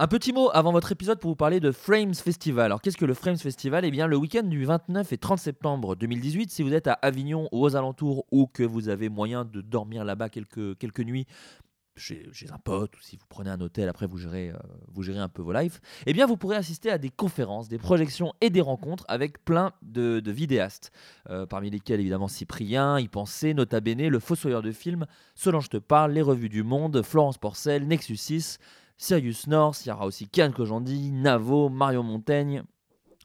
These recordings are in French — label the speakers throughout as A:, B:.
A: Un petit mot avant votre épisode pour vous parler de Frames Festival. Alors qu'est-ce que le Frames Festival Eh bien le week-end du 29 et 30 septembre 2018, si vous êtes à Avignon ou aux alentours ou que vous avez moyen de dormir là-bas quelques, quelques nuits chez, chez un pote ou si vous prenez un hôtel, après vous gérez, euh, vous gérez un peu vos lives, eh bien vous pourrez assister à des conférences, des projections et des rencontres avec plein de, de vidéastes, euh, parmi lesquels évidemment Cyprien, Y Penser, Nota Bene, Le Fossoyeur de films, Solange Te Parle, Les Revues du Monde, Florence Porcel, Nexus 6, Sirius North, il y aura aussi Kian Kojandi, Navo, Mario Montaigne.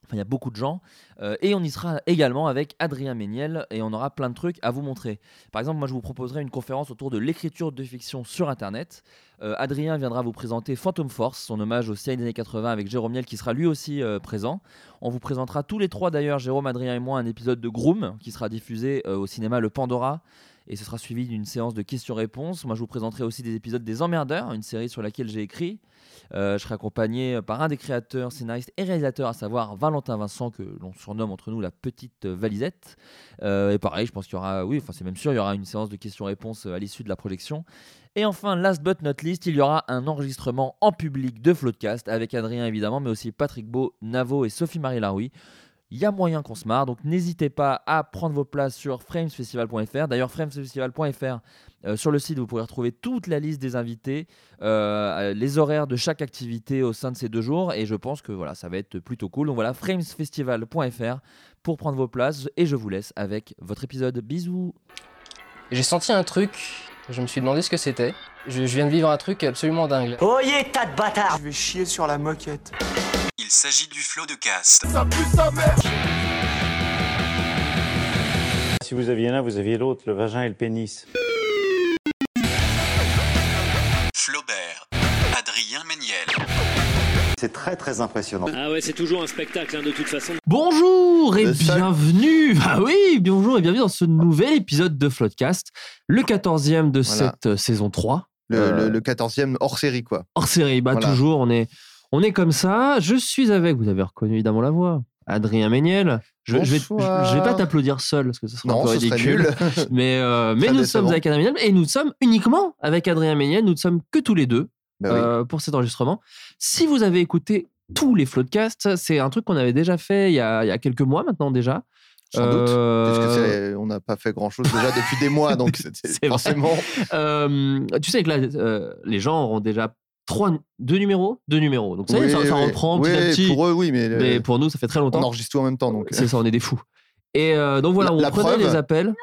A: Enfin, il y a beaucoup de gens. Euh, et on y sera également avec Adrien Méniel et on aura plein de trucs à vous montrer. Par exemple, moi, je vous proposerai une conférence autour de l'écriture de fiction sur Internet. Euh, Adrien viendra vous présenter Phantom Force, son hommage au ciel des années 80 avec Jérôme Niel qui sera lui aussi euh, présent. On vous présentera tous les trois d'ailleurs, Jérôme, Adrien et moi, un épisode de Groom qui sera diffusé euh, au cinéma Le Pandora et ce sera suivi d'une séance de questions-réponses. Moi, je vous présenterai aussi des épisodes des Emmerdeurs, une série sur laquelle j'ai écrit. Euh, je serai accompagné par un des créateurs, scénaristes et réalisateurs, à savoir Valentin Vincent, que l'on surnomme entre nous la petite euh, valisette. Euh, et pareil, je pense qu'il y aura, oui, enfin c'est même sûr, il y aura une séance de questions-réponses euh, à l'issue de la projection. Et enfin, last but not least, il y aura un enregistrement en public de Floodcast avec Adrien évidemment, mais aussi Patrick Beau, Navo et Sophie-Marie Laroui. Il y a moyen qu'on se marre, donc n'hésitez pas à prendre vos places sur framesfestival.fr. D'ailleurs, framesfestival.fr, euh, sur le site, vous pourrez retrouver toute la liste des invités, euh, les horaires de chaque activité au sein de ces deux jours, et je pense que voilà, ça va être plutôt cool. Donc voilà, framesfestival.fr pour prendre vos places, et je vous laisse avec votre épisode. Bisous
B: J'ai senti un truc, je me suis demandé ce que c'était. Je, je viens de vivre un truc absolument dingue.
C: Oyez, tas de bâtards
D: Je vais chier sur la moquette.
E: Il s'agit du flot de cast.
F: Si vous aviez l'un, vous aviez l'autre, le vagin et le pénis.
E: Flaubert. Adrien Méniel.
F: C'est très très impressionnant.
G: Ah ouais, c'est toujours un spectacle, hein, de toute façon.
A: Bonjour et
F: Le seul-
A: bienvenue Ah oui, bonjour et bienvenue dans ce nouvel épisode de Floodcast, le 14e de
H: Voilà.
A: cette euh, saison 3.
H: le,
F: Euh,
H: le- le 14e hors série, quoi.
A: Hors série, bah
H: Voilà.
A: toujours, on est, on est comme ça. Je suis avec, vous avez reconnu évidemment la voix, Adrien Méniel. Je, je vais, je,
H: Bonsoir.
A: je vais pas t'applaudir seul, parce que ce serait un
H: Non,
A: peu
H: ce serait
A: ridicule.
H: nul.
A: Mais, euh, mais
H: Très
A: nous
H: décevant.
A: sommes avec Adrien Méniel et nous sommes uniquement avec Adrien Méniel. Nous ne sommes que tous les deux
H: Bah oui.
A: euh, pour cet enregistrement. Si vous avez écouté tous les floodcasts, c'est un truc qu'on avait déjà fait il y a, il y a quelques mois maintenant déjà.
H: Sans doute. Parce que
A: Euh,
H: c'est- on n'a pas fait grand chose déjà depuis des mois, donc c'est-
A: C'est
H: c'est
A: vrai.
H: forcément.
A: Euh, tu sais que là, euh, les gens auront déjà trois, deux numéros, deux numéros. Donc ça, y est,
H: Oui,
A: ça, ça
H: oui.
A: reprend petit
H: Oui,
A: à petit.
H: Pour eux, oui, mais, le-
A: mais pour nous, ça fait très
H: Euh, on
A: longtemps.
H: enregistre tout en même temps, donc. euh.
A: C'est ça, on est des fous. Et euh, donc voilà,
H: La-
A: on
H: la
A: prenait
H: preuve-
A: les appels.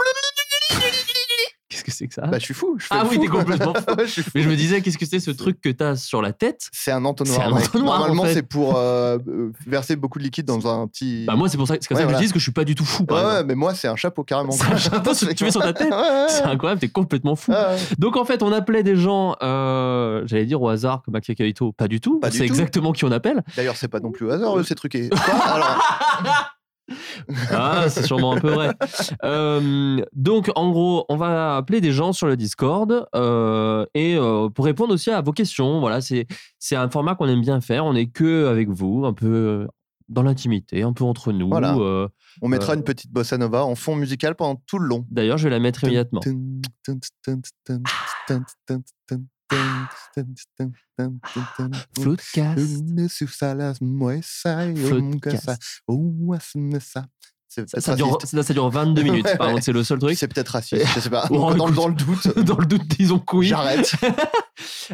A: Qu'est-ce que c'est que ça
H: Bah, je suis fou. Je fais
A: Ah
H: le
A: oui,
H: fou.
A: t'es complètement fou.
H: Ouais, je suis fou.
A: Mais je me disais, qu'est-ce que c'est ce truc que t'as sur la tête
H: C'est un entonnoir.
A: C'est un
H: mec.
A: entonnoir, en
H: Normalement,
A: fait.
H: c'est pour euh, euh, verser beaucoup de liquide dans un petit.
A: Bah moi, c'est pour ça, c'est comme
H: Ouais,
A: ça que
H: voilà.
A: je dis que je suis pas du tout fou. par
H: Ouais, ouais,
A: exemple.
H: mais moi, c'est un chapeau carrément.
A: C'est un chapeau que tu mets sur ta tête.
H: Ouais, ouais,
A: C'est
H: ouais.
A: incroyable, t'es complètement fou.
H: Ah, ouais.
A: Donc en fait, on appelait des gens, euh, j'allais dire au hasard comme Akia Kaito, pas du tout.
H: Pas
A: on
H: du
A: sait
H: tout.
A: exactement qui on appelle.
H: D'ailleurs, c'est pas non plus au hasard, eux, ces truqués. Quoi Alors,
A: Ah, c'est sûrement un peu vrai. Euh, donc en gros, on va appeler des gens sur le Discord euh, et euh, pour répondre aussi à vos questions. Voilà, c'est c'est un format qu'on aime bien faire. On est que avec vous, un peu euh, dans l'intimité, un peu entre nous.
H: Voilà.
A: Euh,
H: on mettra
A: Euh.
H: une petite bossa nova en fond musical pendant tout le long.
A: D'ailleurs, je vais la mettre immédiatement. Floodcast.
H: Oh, C'est
A: Ça,
H: peut-être
A: ça dure,
H: raciste.
A: ça, ça dure 22 minutes.
H: Ouais,
A: Par contre, c'est le seul truc.
H: C'est peut-être raciste, je sais pas.
A: Bon,
H: dans,
A: écoute.
H: dans le doute,
A: Dans le doute, disons que oui.
H: j'arrête.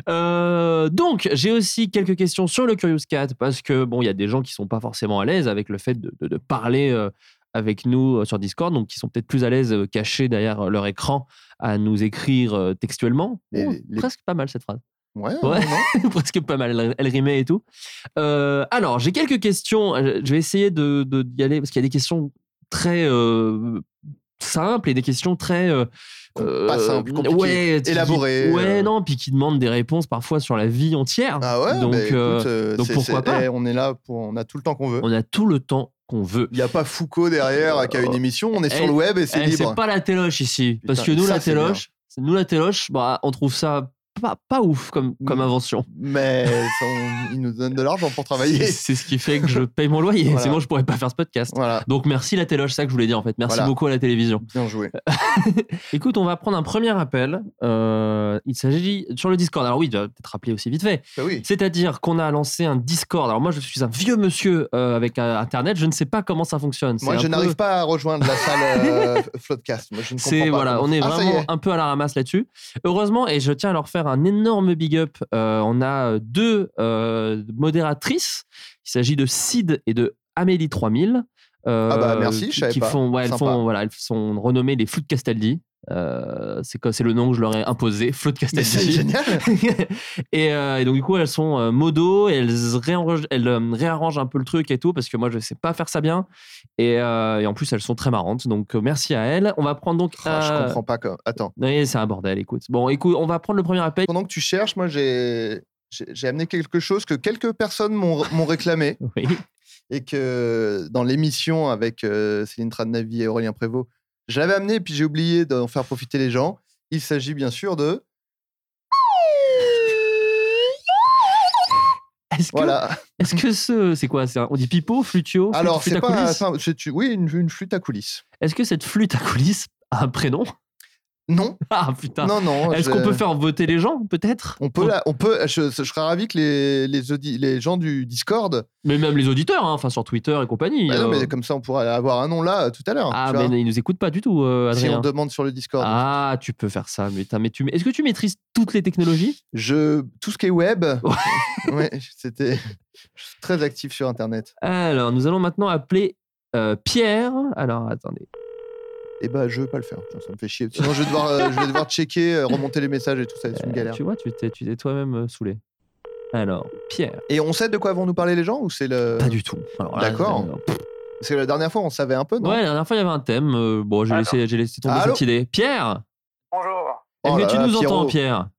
A: Euh, donc, j'ai aussi quelques questions sur le Curious Cat parce que bon, il y a des gens qui sont pas forcément à l'aise avec le fait de, de- de parler euh, avec nous euh, sur Discord, donc qui sont peut-être plus à l'aise euh, cachés derrière euh, leur écran à nous écrire euh, textuellement.
H: Les-
A: Oh,
H: les-
A: Presque pas mal cette phrase.
H: Ouais, hein.
A: Ouais.
H: non, non.
A: presque pas mal. Elle, elle rimait et tout. Euh, alors, j'ai quelques questions. Je je vais essayer de, de- d'y aller parce qu'il y a des questions très euh, simples et des questions très euh,
H: Com- pas simples, compliquées,
A: ouais, qui-
H: élaborées,
A: ouais,
H: euh.
A: non, puis qui demandent des réponses parfois sur la vie entière.
H: Ah ouais,
A: donc
H: bah écoute,
A: euh,
H: euh,
A: donc
H: c'est-
A: pourquoi
H: c'est-
A: pas.
H: eh, On est là, pour, on a tout le temps qu'on veut.
A: on a tout le temps qu'on veut.
H: Il n'y a pas Foucault derrière qui a une
A: Euh,
H: émission, on est sur
A: eh,
H: le web et
A: Eh,
H: c'est
A: C'est
H: libre.
A: pas la téloche ici, parce que
H: Putain,
A: nous
H: ça,
A: la
H: c'est bien.
A: téloche, nous la téloche, bah on trouve ça pas, pas ouf comme,
H: Mmh.
A: comme invention.
H: Mais son- il nous donne de l'argent pour travailler.
A: C'est c'est ce qui fait que je paye mon loyer.
H: Voilà.
A: Sinon, je pourrais pas faire ce podcast.
H: Voilà,
A: Donc, merci la téloge, c'est ça que je voulais dire en fait. Merci
H: Voilà.
A: beaucoup à la télévision.
H: bien joué.
A: Écoute, on va prendre un premier appel. Euh, il s'agit sur le Discord. Alors oui, tu vas peut-être rappeler aussi vite fait.
H: Bah oui.
A: C'est-à-dire qu'on a lancé un Discord. Alors moi, je suis un vieux monsieur euh, avec euh, Internet. Je ne sais pas comment ça fonctionne.
H: Moi,
A: C'est un
H: je
A: peu-
H: n'arrive pas à rejoindre la salle euh, Floodcast. Moi, je ne comprends
A: C'est
H: pas.
A: voilà, on est
H: Ah, ça y
A: vraiment un peu à la ramasse là-dessus. Heureusement, et je tiens à leur faire un énorme big up. euh, on a deux euh, modératrices. Il s'agit de Sid et de Amélie 3000. euh,
H: Ah bah, merci, je
A: qui-
H: savais
A: qui
H: pas.
A: Font, ouais, elles
H: Sympa.
A: font, voilà, elles sont renommées les Flou de Castaldi. Euh, c'est quoi- c'est le nom que je leur ai imposé, Flou de
H: Mais c'est
A: Castaldi.
H: génial.
A: et, euh, et donc du coup elles sont euh, modo et elles, réenrog- elles, euh, réarrangent un peu le truc et tout parce que moi je sais pas faire ça bien et, euh, et en plus elles sont très marrantes donc euh, merci à elles on va prendre donc
H: Ah, je
A: euh,
H: comprends pas. Quoi. Attends.
A: oui, c'est un bordel écoute bon écoute on va prendre le premier appel
H: Pendant que tu cherches, moi, j'ai j'ai j'ai amené quelque chose que quelques personnes m'ont m'ont réclamé
A: oui
H: et que dans l'émission avec euh, Céline Tradnavi et Aurélien Prévost, je l'avais amené et puis j'ai oublié d'en faire profiter les gens. Il s'agit bien sûr de
A: est-ce que
H: voilà.
A: est-ce que ce c'est quoi c'est un- on dit pipeau flutio flûte-
H: Alors
A: flûte
H: c'est
A: à
H: pas
A: coulisses
H: enfin, c'est- tu- oui une, une flûte à coulisses.
A: est-ce que cette flûte à coulisses a un prénom
H: Non,
A: ah putain
H: non, non.
A: est-ce
H: je-
A: qu'on peut faire voter les gens peut-être
H: On peut, la- on peut. Je, je serais ravi que les les, audi- les gens du Discord
A: mais même les auditeurs hein, enfin sur Twitter et compagnie
H: Bah non,
A: euh.
H: mais comme ça, on pourra avoir un nom là euh, tout à l'heure.
A: ah
H: tu vois.
A: mais ils nous écoutent pas du tout euh,
H: si
A: Adrien
H: on demande sur le Discord.
A: Ah, tu peux faire ça, mais, t'as- mais tu, est-ce que tu maîtrises toutes les technologies
H: Je, tout ce qui est web, ouais, c'était je suis très actif sur Internet.
A: Alors, nous allons maintenant appeler euh, Pierre. Alors, attendez.
H: Et bah, je veux pas le faire. Putain, Ça me fait chier. Sinon, je vais devoir, euh, je vais devoir checker, euh, remonter les messages et tout ça. C'est une
A: Euh,
H: galère.
A: tu vois, tu t'es, tu t'es toi-même euh, saoulé. Alors, Pierre.
H: Et on sait de quoi vont nous parler les gens ou c'est le.
A: Pas du tout. Alors, là,
H: d'accord.
A: euh,
H: Parce que la dernière fois, on savait un peu, non
A: ouais, la dernière fois, il y avait un thème. euh, bon, j'ai laissé, j'ai laissé tomber
H: Allô
A: cette idée. Pierre
I: Bonjour.
A: Est-ce
H: Oh
A: que
H: là
A: tu
H: là,
A: nous
H: Pierrot.
A: entends, Pierre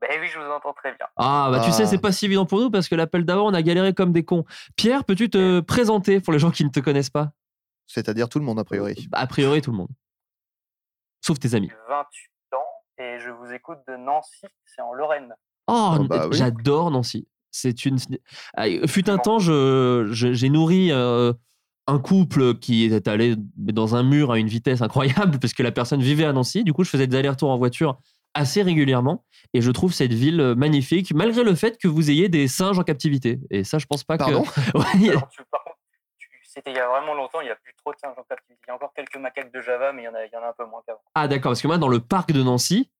I: Ben oui, je vous entends très bien.
A: Ah, bah tu
H: Ah.
A: sais, c'est pas si évident pour nous parce que l'appel d'avant, on a galéré comme des cons. Pierre, peux-tu te présenter pour les gens qui ne te connaissent pas
H: C'est-à-dire tout le monde, a priori.
A: Bah, A priori, tout le monde. Sauf tes amis.
I: J'ai 28 ans et je vous écoute de Nancy, c'est en Lorraine.
A: Oh,
H: Ah bah oui.
A: j'adore Nancy. C'est une. Ah, Fut un temps, je- je- j'ai nourri euh, un couple qui était allé dans un mur à une vitesse incroyable parce que la personne vivait à Nancy. Du coup, je faisais des allers-retours en voiture assez régulièrement et je trouve cette ville euh, magnifique malgré le fait que vous ayez des singes en captivité. Et ça, je pense pas
H: Pardon
A: que. Ouais, il y a-
I: Alors, tu- par contre, tu- c'était il y a vraiment longtemps, il n'y a plus trop de singes en captivité. Il y a encore quelques macaques de Java, mais il y en a, il y en a un peu moins qu'avant.
A: Ah, d'accord, parce que moi, dans le parc de Nancy,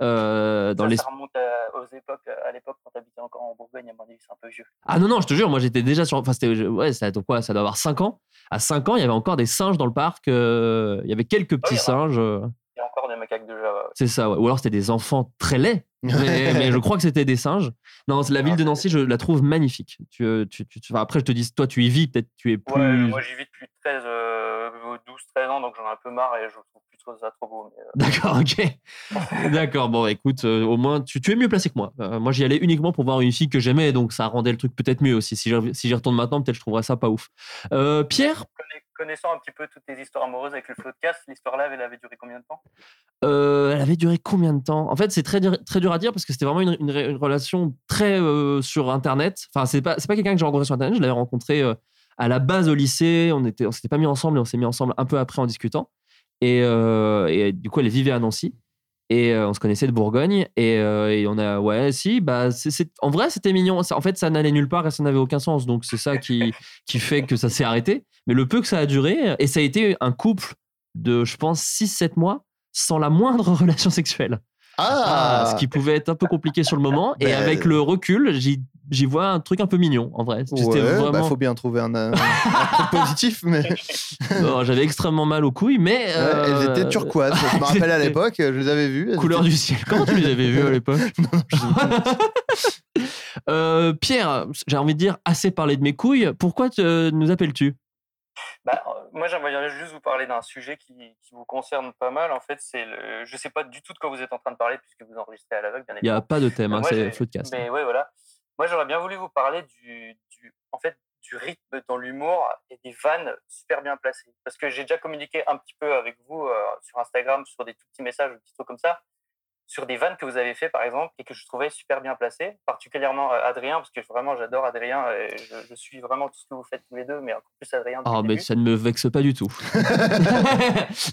A: euh, dans
I: ça,
A: les.
I: ça remonte à, aux époques, à l'époque quand tu habitais encore en Bourgogne, à mon avis, c'est un peu vieux.
A: Ah non, non, je te jure, moi j'étais déjà sur. Enfin, c'était. je- Ouais, ça, donc, quoi, ça doit avoir 5 ans. À 5 ans, il y avait encore des singes dans le parc. euh, il y avait quelques petits
I: il y en a.
A: singes. euh,
I: Il y a encore des macaques de Java. ouais.
A: c'est ça, ouais. Ou alors c'était des enfants très laids. Mais, mais je crois que c'était des singes. Non,
I: Ah,
A: c'est- la ville de Nancy, je la trouve magnifique. Tu, euh, tu, tu- tu- enfin, après, je te dis, toi, tu y vis, peut-être tu es
I: Ouais,
A: plus.
I: moi j'y vis depuis 13, euh, 12, 13 ans, donc j'en ai un peu marre et je trouve plus trop ça trop beau. Mais, euh,
A: D'accord, ok. D'accord, bon, écoute, euh, au moins, tu, tu es mieux placé que moi. Euh, moi, j'y allais uniquement pour voir une fille que j'aimais, donc ça rendait le truc peut-être mieux aussi. Si j'y si j'y retourne maintenant, peut-être je trouverais ça pas ouf. Euh, Pierre,
I: conna- connaissant un petit peu toutes tes histoires amoureuses avec le podcast, l'histoire là, elle avait duré combien de temps
A: Euh, elle avait duré combien de temps En fait, c'est très, dur- très dur à dire parce que c'était vraiment une, une ré- une relation très euh, sur Internet. Enfin, c'est pas, c'est pas quelqu'un que j'ai rencontré sur Internet. Je l'avais rencontré euh, à la base au lycée. On était, on s'était pas mis ensemble et on s'est mis ensemble un peu après en discutant. Et, euh, et du coup, elle vivait à Nancy et euh, on se connaissait de Bourgogne. Et, euh, et on a, ouais, si, bah, c'est- c'est- en vrai, c'était mignon. Ça- en fait, ça n'allait nulle part et ça n'avait aucun sens. Donc, c'est ça qui, qui fait que ça s'est arrêté. Mais le peu que ça a duré, et ça a été un couple de, je pense, 6-7 mois sans la moindre relation sexuelle.
H: Ah,
A: ce qui pouvait être un peu compliqué sur le moment. Et
H: Ben-
A: avec le recul, j'y j'y vois un truc un peu mignon, en vrai. C'était
H: Ouais, bah,
A: vraiment...
H: faut bien trouver un, euh, un truc positif, mais
A: Non, Oh, J'avais extrêmement mal aux couilles, mais...
H: Ouais, elles
A: euh,
H: étaient turquoises. Je me rappelle à l'époque, je les avais vues. elles
A: Couleur du ciel. Comment tu les avais vues à l'époque Euh, Pierre, j'ai envie de dire assez parlé de mes couilles. Pourquoi te- nous appelles-tu
I: Bah, euh, moi, j'aimerais juste vous parler d'un sujet qui, qui vous concerne pas mal. En fait, c'est le... je sais pas du tout de quoi vous êtes en train de parler puisque vous enregistrez à l'aveugle, bien
A: Il n'y a
I: évidemment.
A: pas de thème,
I: Mais
A: hein,
I: moi,
A: c'est
I: j'ai-
A: Floodcast.
I: Mais ouais, voilà. Moi, j'aurais bien voulu vous parler du, du, en fait, du rythme dans l'humour et des vannes super bien placées. Parce que j'ai déjà communiqué un petit peu avec vous euh, sur Instagram, sur des tout petits messages, des petits trucs comme ça. sur des vannes que vous avez fait par exemple et que je trouvais super bien placées, particulièrement euh, Adrien, parce que vraiment j'adore Adrien, euh, je, je suis vraiment tout ce que vous faites tous les deux, mais en plus Adrien. depuis
A: Ah,
I: le
A: mais
I: début.
A: ça ne me vexe pas du tout.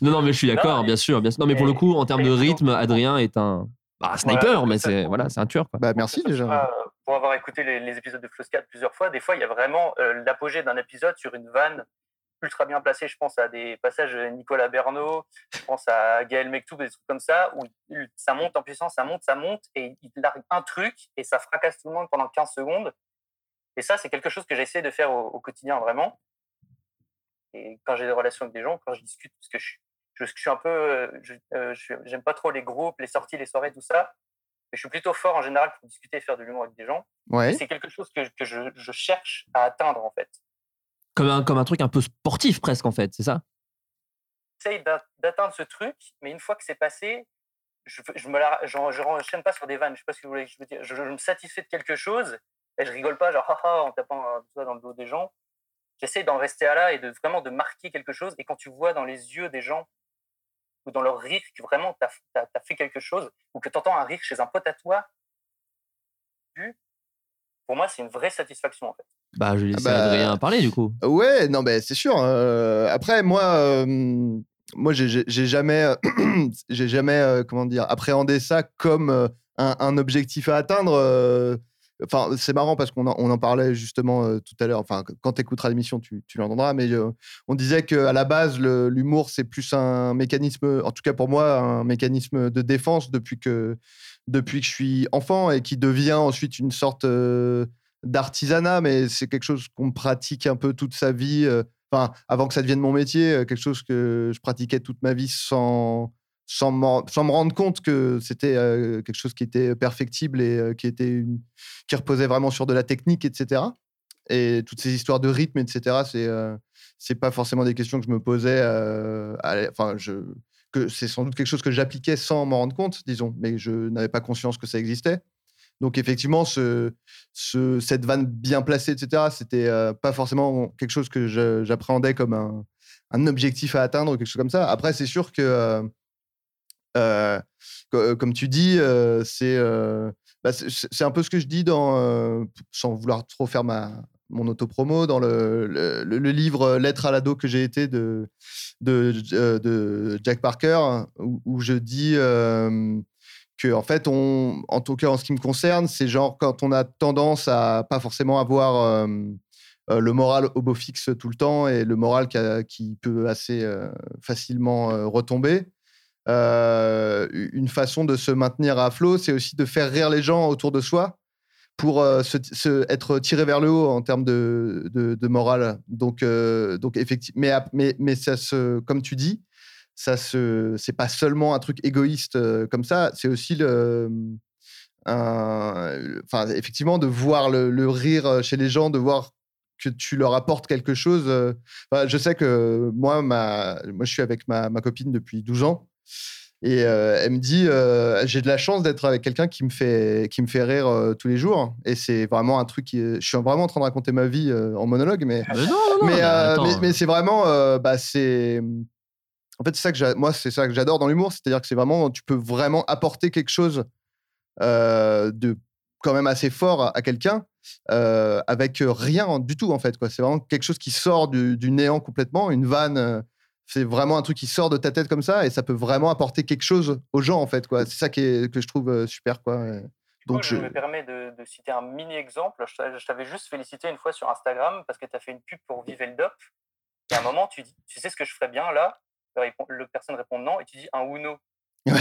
A: non, non, mais je suis d'accord, bien sûr, bien sûr. Non, mais pour le coup, en termes de rythme, Adrien est un bah, sniper,
I: Voilà,
A: mais c'est voilà, c'est un tueur. Quoi.
H: Bah, merci déjà.
I: Ah, euh, pour avoir écouté les, les épisodes de Floss 4 plusieurs fois, des fois, il y a vraiment euh, l'apogée d'un épisode sur une vanne ultra bien placée. Je pense à des passages de Nicolas Bernot, je pense à Gaël Mektoub, des trucs comme ça, où il- ça monte en puissance, ça monte, ça monte, et il largue un truc, et ça fracasse tout le monde pendant 15 secondes. Et ça, c'est quelque chose que j'essaie de faire au, au quotidien, vraiment. Et quand j'ai des relations avec des gens, quand je discute, parce que je, suis- je, je suis un peu... euh, je- euh, je suis- J'aime pas trop les groupes, les sorties, les soirées, tout ça. Mais je suis plutôt fort en général pour discuter et faire de l'humour avec des gens.
H: Ouais.
I: C'est quelque chose que, que je, je cherche à atteindre en fait.
A: Comme, un, comme un truc un peu sportif, presque, en fait, c'est ça
I: J'essaye d'at- d'atteindre ce truc, mais une fois que c'est passé, je je me la, j'en- je renchaîne pas sur des vannes. Je sais pas ce que vous voulez que je vous dise. Je, je me satisfais de quelque chose et je rigole pas genre ah, ah, en tapant euh, du doigt dans le dos des gens. J'essaye d'en rester à là et de vraiment de marquer quelque chose. Et quand tu vois dans les yeux des gens ou dans leur rire que vraiment tu as, fait quelque chose ou que tu entends un rire chez un pote à toi, tu- pour moi c'est une vraie satisfaction en fait.
A: Bah, je vais laisser
H: Ah bah-
A: Adrien parler, du coup.
H: Ouais, non, mais c'est sûr. euh, après, moi, euh, moi, j'ai- j'ai j'ai jamais, euh, j'ai jamais, euh, comment dire, appréhendé ça comme euh, un, un objectif à atteindre. euh, Enfin, c'est marrant parce qu'on en, on en parlait justement euh, tout à l'heure. Enfin, quand tu écouteras l'émission, tu, tu l'entendras. Mais euh, on disait qu'à la base, le- l'humour, c'est plus un mécanisme, en tout cas pour moi, un mécanisme de défense depuis que, depuis que je suis enfant et qui devient ensuite une sorte euh, d'artisanat. Mais c'est quelque chose qu'on pratique un peu toute sa vie. euh, Enfin, avant que ça devienne mon métier, euh, quelque chose que je pratiquais toute ma vie sans, sans, m'en- sans me rendre compte que c'était euh, quelque chose qui était perfectible et euh, qui, était une- qui reposait vraiment sur de la technique, etc. Et toutes ces histoires de rythme, etc., c'est euh, c'est pas forcément des questions que je me posais. euh, à la- Enfin, je que c'est sans doute quelque chose que j'appliquais sans m'en rendre compte, disons, mais je n'avais pas conscience que ça existait. Donc effectivement, ce, ce- cette vanne bien placée, etc., c'était euh, pas forcément quelque chose que je- j'appréhendais comme un, un objectif à atteindre ou quelque chose comme ça. Après, c'est sûr que, euh, euh, co- euh, comme tu dis, euh, c'est euh, bah, c'est- c'est c'est un peu ce que je dis dans, euh, sans vouloir trop faire ma, mon autopromo, dans le, le, le- le livre euh, Lettre à l'ado que j'ai été de, de, euh, de Jack Parker, où, où je dis. euh, que en fait on en tout cas en ce qui me concerne c'est genre quand on a tendance à pas forcément avoir euh, euh, le moral au beau fixe tout le temps et le moral qui, a- qui peut assez euh, facilement euh, retomber Euh, une façon de se maintenir à flot c'est aussi de faire rire les gens autour de soi pour euh, se, se- être tiré vers le haut en termes de, de, de morale donc euh, donc effectivement mais, ap- mais mais ça se comme tu dis ça se c'est pas seulement un truc égoïste euh, comme ça c'est aussi le euh, un- le- enfin effectivement de voir le, le rire euh, chez les gens de voir que tu leur apportes quelque chose euh. Enfin, je sais que moi ma moi je suis avec ma, ma copine depuis 12 ans et euh, elle me dit euh, j'ai de la chance d'être avec quelqu'un qui me fait qui me fait rire euh, tous les jours et c'est vraiment un truc qui est- je suis vraiment en train de raconter ma vie euh, en monologue mais
A: Mais non, non, non,
H: mais, euh,
A: attends.
H: mais, mais c'est vraiment euh, bah, c'est en fait c'est ça que j'a- moi c'est ça que j'adore dans l'humour c'est-à-dire que c'est vraiment tu peux vraiment apporter quelque chose euh, de quand même assez fort à, à quelqu'un euh, avec rien du tout en fait quoi c'est vraiment quelque chose qui sort du, du néant complètement une vanne euh, c'est vraiment un truc qui sort de ta tête comme ça et ça peut vraiment apporter quelque chose aux gens en fait quoi c'est ça qui est- que je trouve euh, super quoi
I: Du coup,
H: donc
I: je...
H: je
I: me permets de, de citer un mini exemple. Je, t'a- je t'avais juste félicité une fois sur Instagram parce que tu as fait une pub pour Vive le Dop. Et à un moment, tu dis Tu sais ce que je ferais bien là le, répond- le personne répond non et tu dis un Uno.
H: Ouais.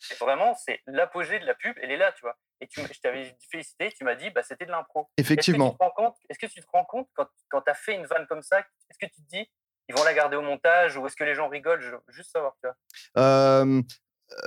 I: C'est vraiment, c'est l'apogée de la pub, elle est là, tu vois. Et tu, m- je t'avais félicité, tu m'as dit Bah, c'était de l'impro. Est-ce que tu
H: effectivement
I: te rends compte, est-ce que tu te rends compte quand, quand tu as fait une vanne comme ça, est-ce que tu te dis Ils vont la garder au montage ou est-ce que les gens rigolent Je veux Juste savoir, tu vois.
H: Euh,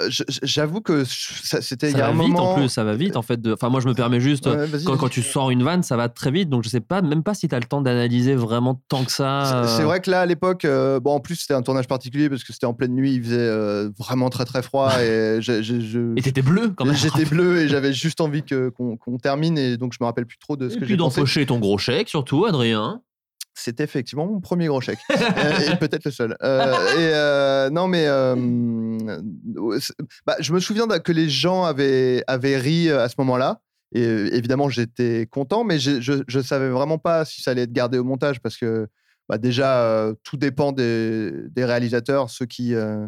H: je- je- j'avoue que je- ça- c'était il
A: Ça
H: y a
A: va
H: un
A: vite,
H: moment
A: en plus, ça va vite, en fait. de- Enfin, moi, je me permets juste.
H: Ouais, vas-y,
A: Quand,
H: vas-y.
A: quand tu sors une vanne, ça va très vite, donc je sais pas, même pas si tu as le temps d'analyser vraiment tant que ça.
H: C'est- C'est
A: euh,
H: vrai que là, à l'époque, euh, bon, en plus, c'était un tournage particulier parce que c'était en pleine nuit, il faisait euh, vraiment très très froid et je- je- je-
A: Et t'étais bleu quand même.
H: j'étais bleu et j'avais juste envie que- qu'on qu'on termine et donc je me rappelle plus trop de ce
A: Et
H: que
A: puis
H: j'ai pensé.
A: d'empocher ton gros chèque, surtout, Adrien.
H: c'est effectivement mon premier gros chèque. Euh, et peut-être le seul. Euh, et euh, non, mais euh, c'est- bah, je me souviens que les gens avaient, avaient ri euh, à ce moment-là. Et euh, évidemment, j'étais content, mais j'ai- je ne savais vraiment pas si ça allait être gardé au montage parce que bah, déjà, euh, tout dépend des, des réalisateurs, ceux qui. euh,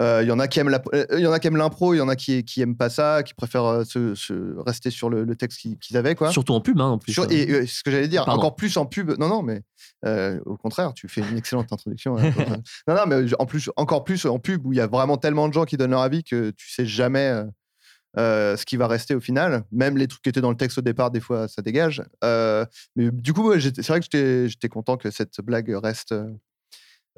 H: euh, Il y en a qui aiment la- euh, il y en a qui aiment l'impro, il y en a qui qui aiment pas ça, qui préfèrent euh, se, se rester sur le, le texte qu'ils qu'ils avaient quoi.
A: Surtout en pub, hein, en plus.
H: Sur- et euh, ce que j'allais dire,
A: Pardon.
H: encore plus en pub. Non, non, mais euh, au contraire, tu fais une excellente introduction. hein. non, non, mais en plus, encore plus en pub où il y a vraiment tellement de gens qui donnent leur avis que tu sais jamais euh, euh, ce qui va rester au final. Même les trucs qui étaient dans le texte au départ, des fois, ça dégage. Euh, mais du coup, ouais, j'étais- c'est vrai que j'étais- j'étais content que cette blague reste.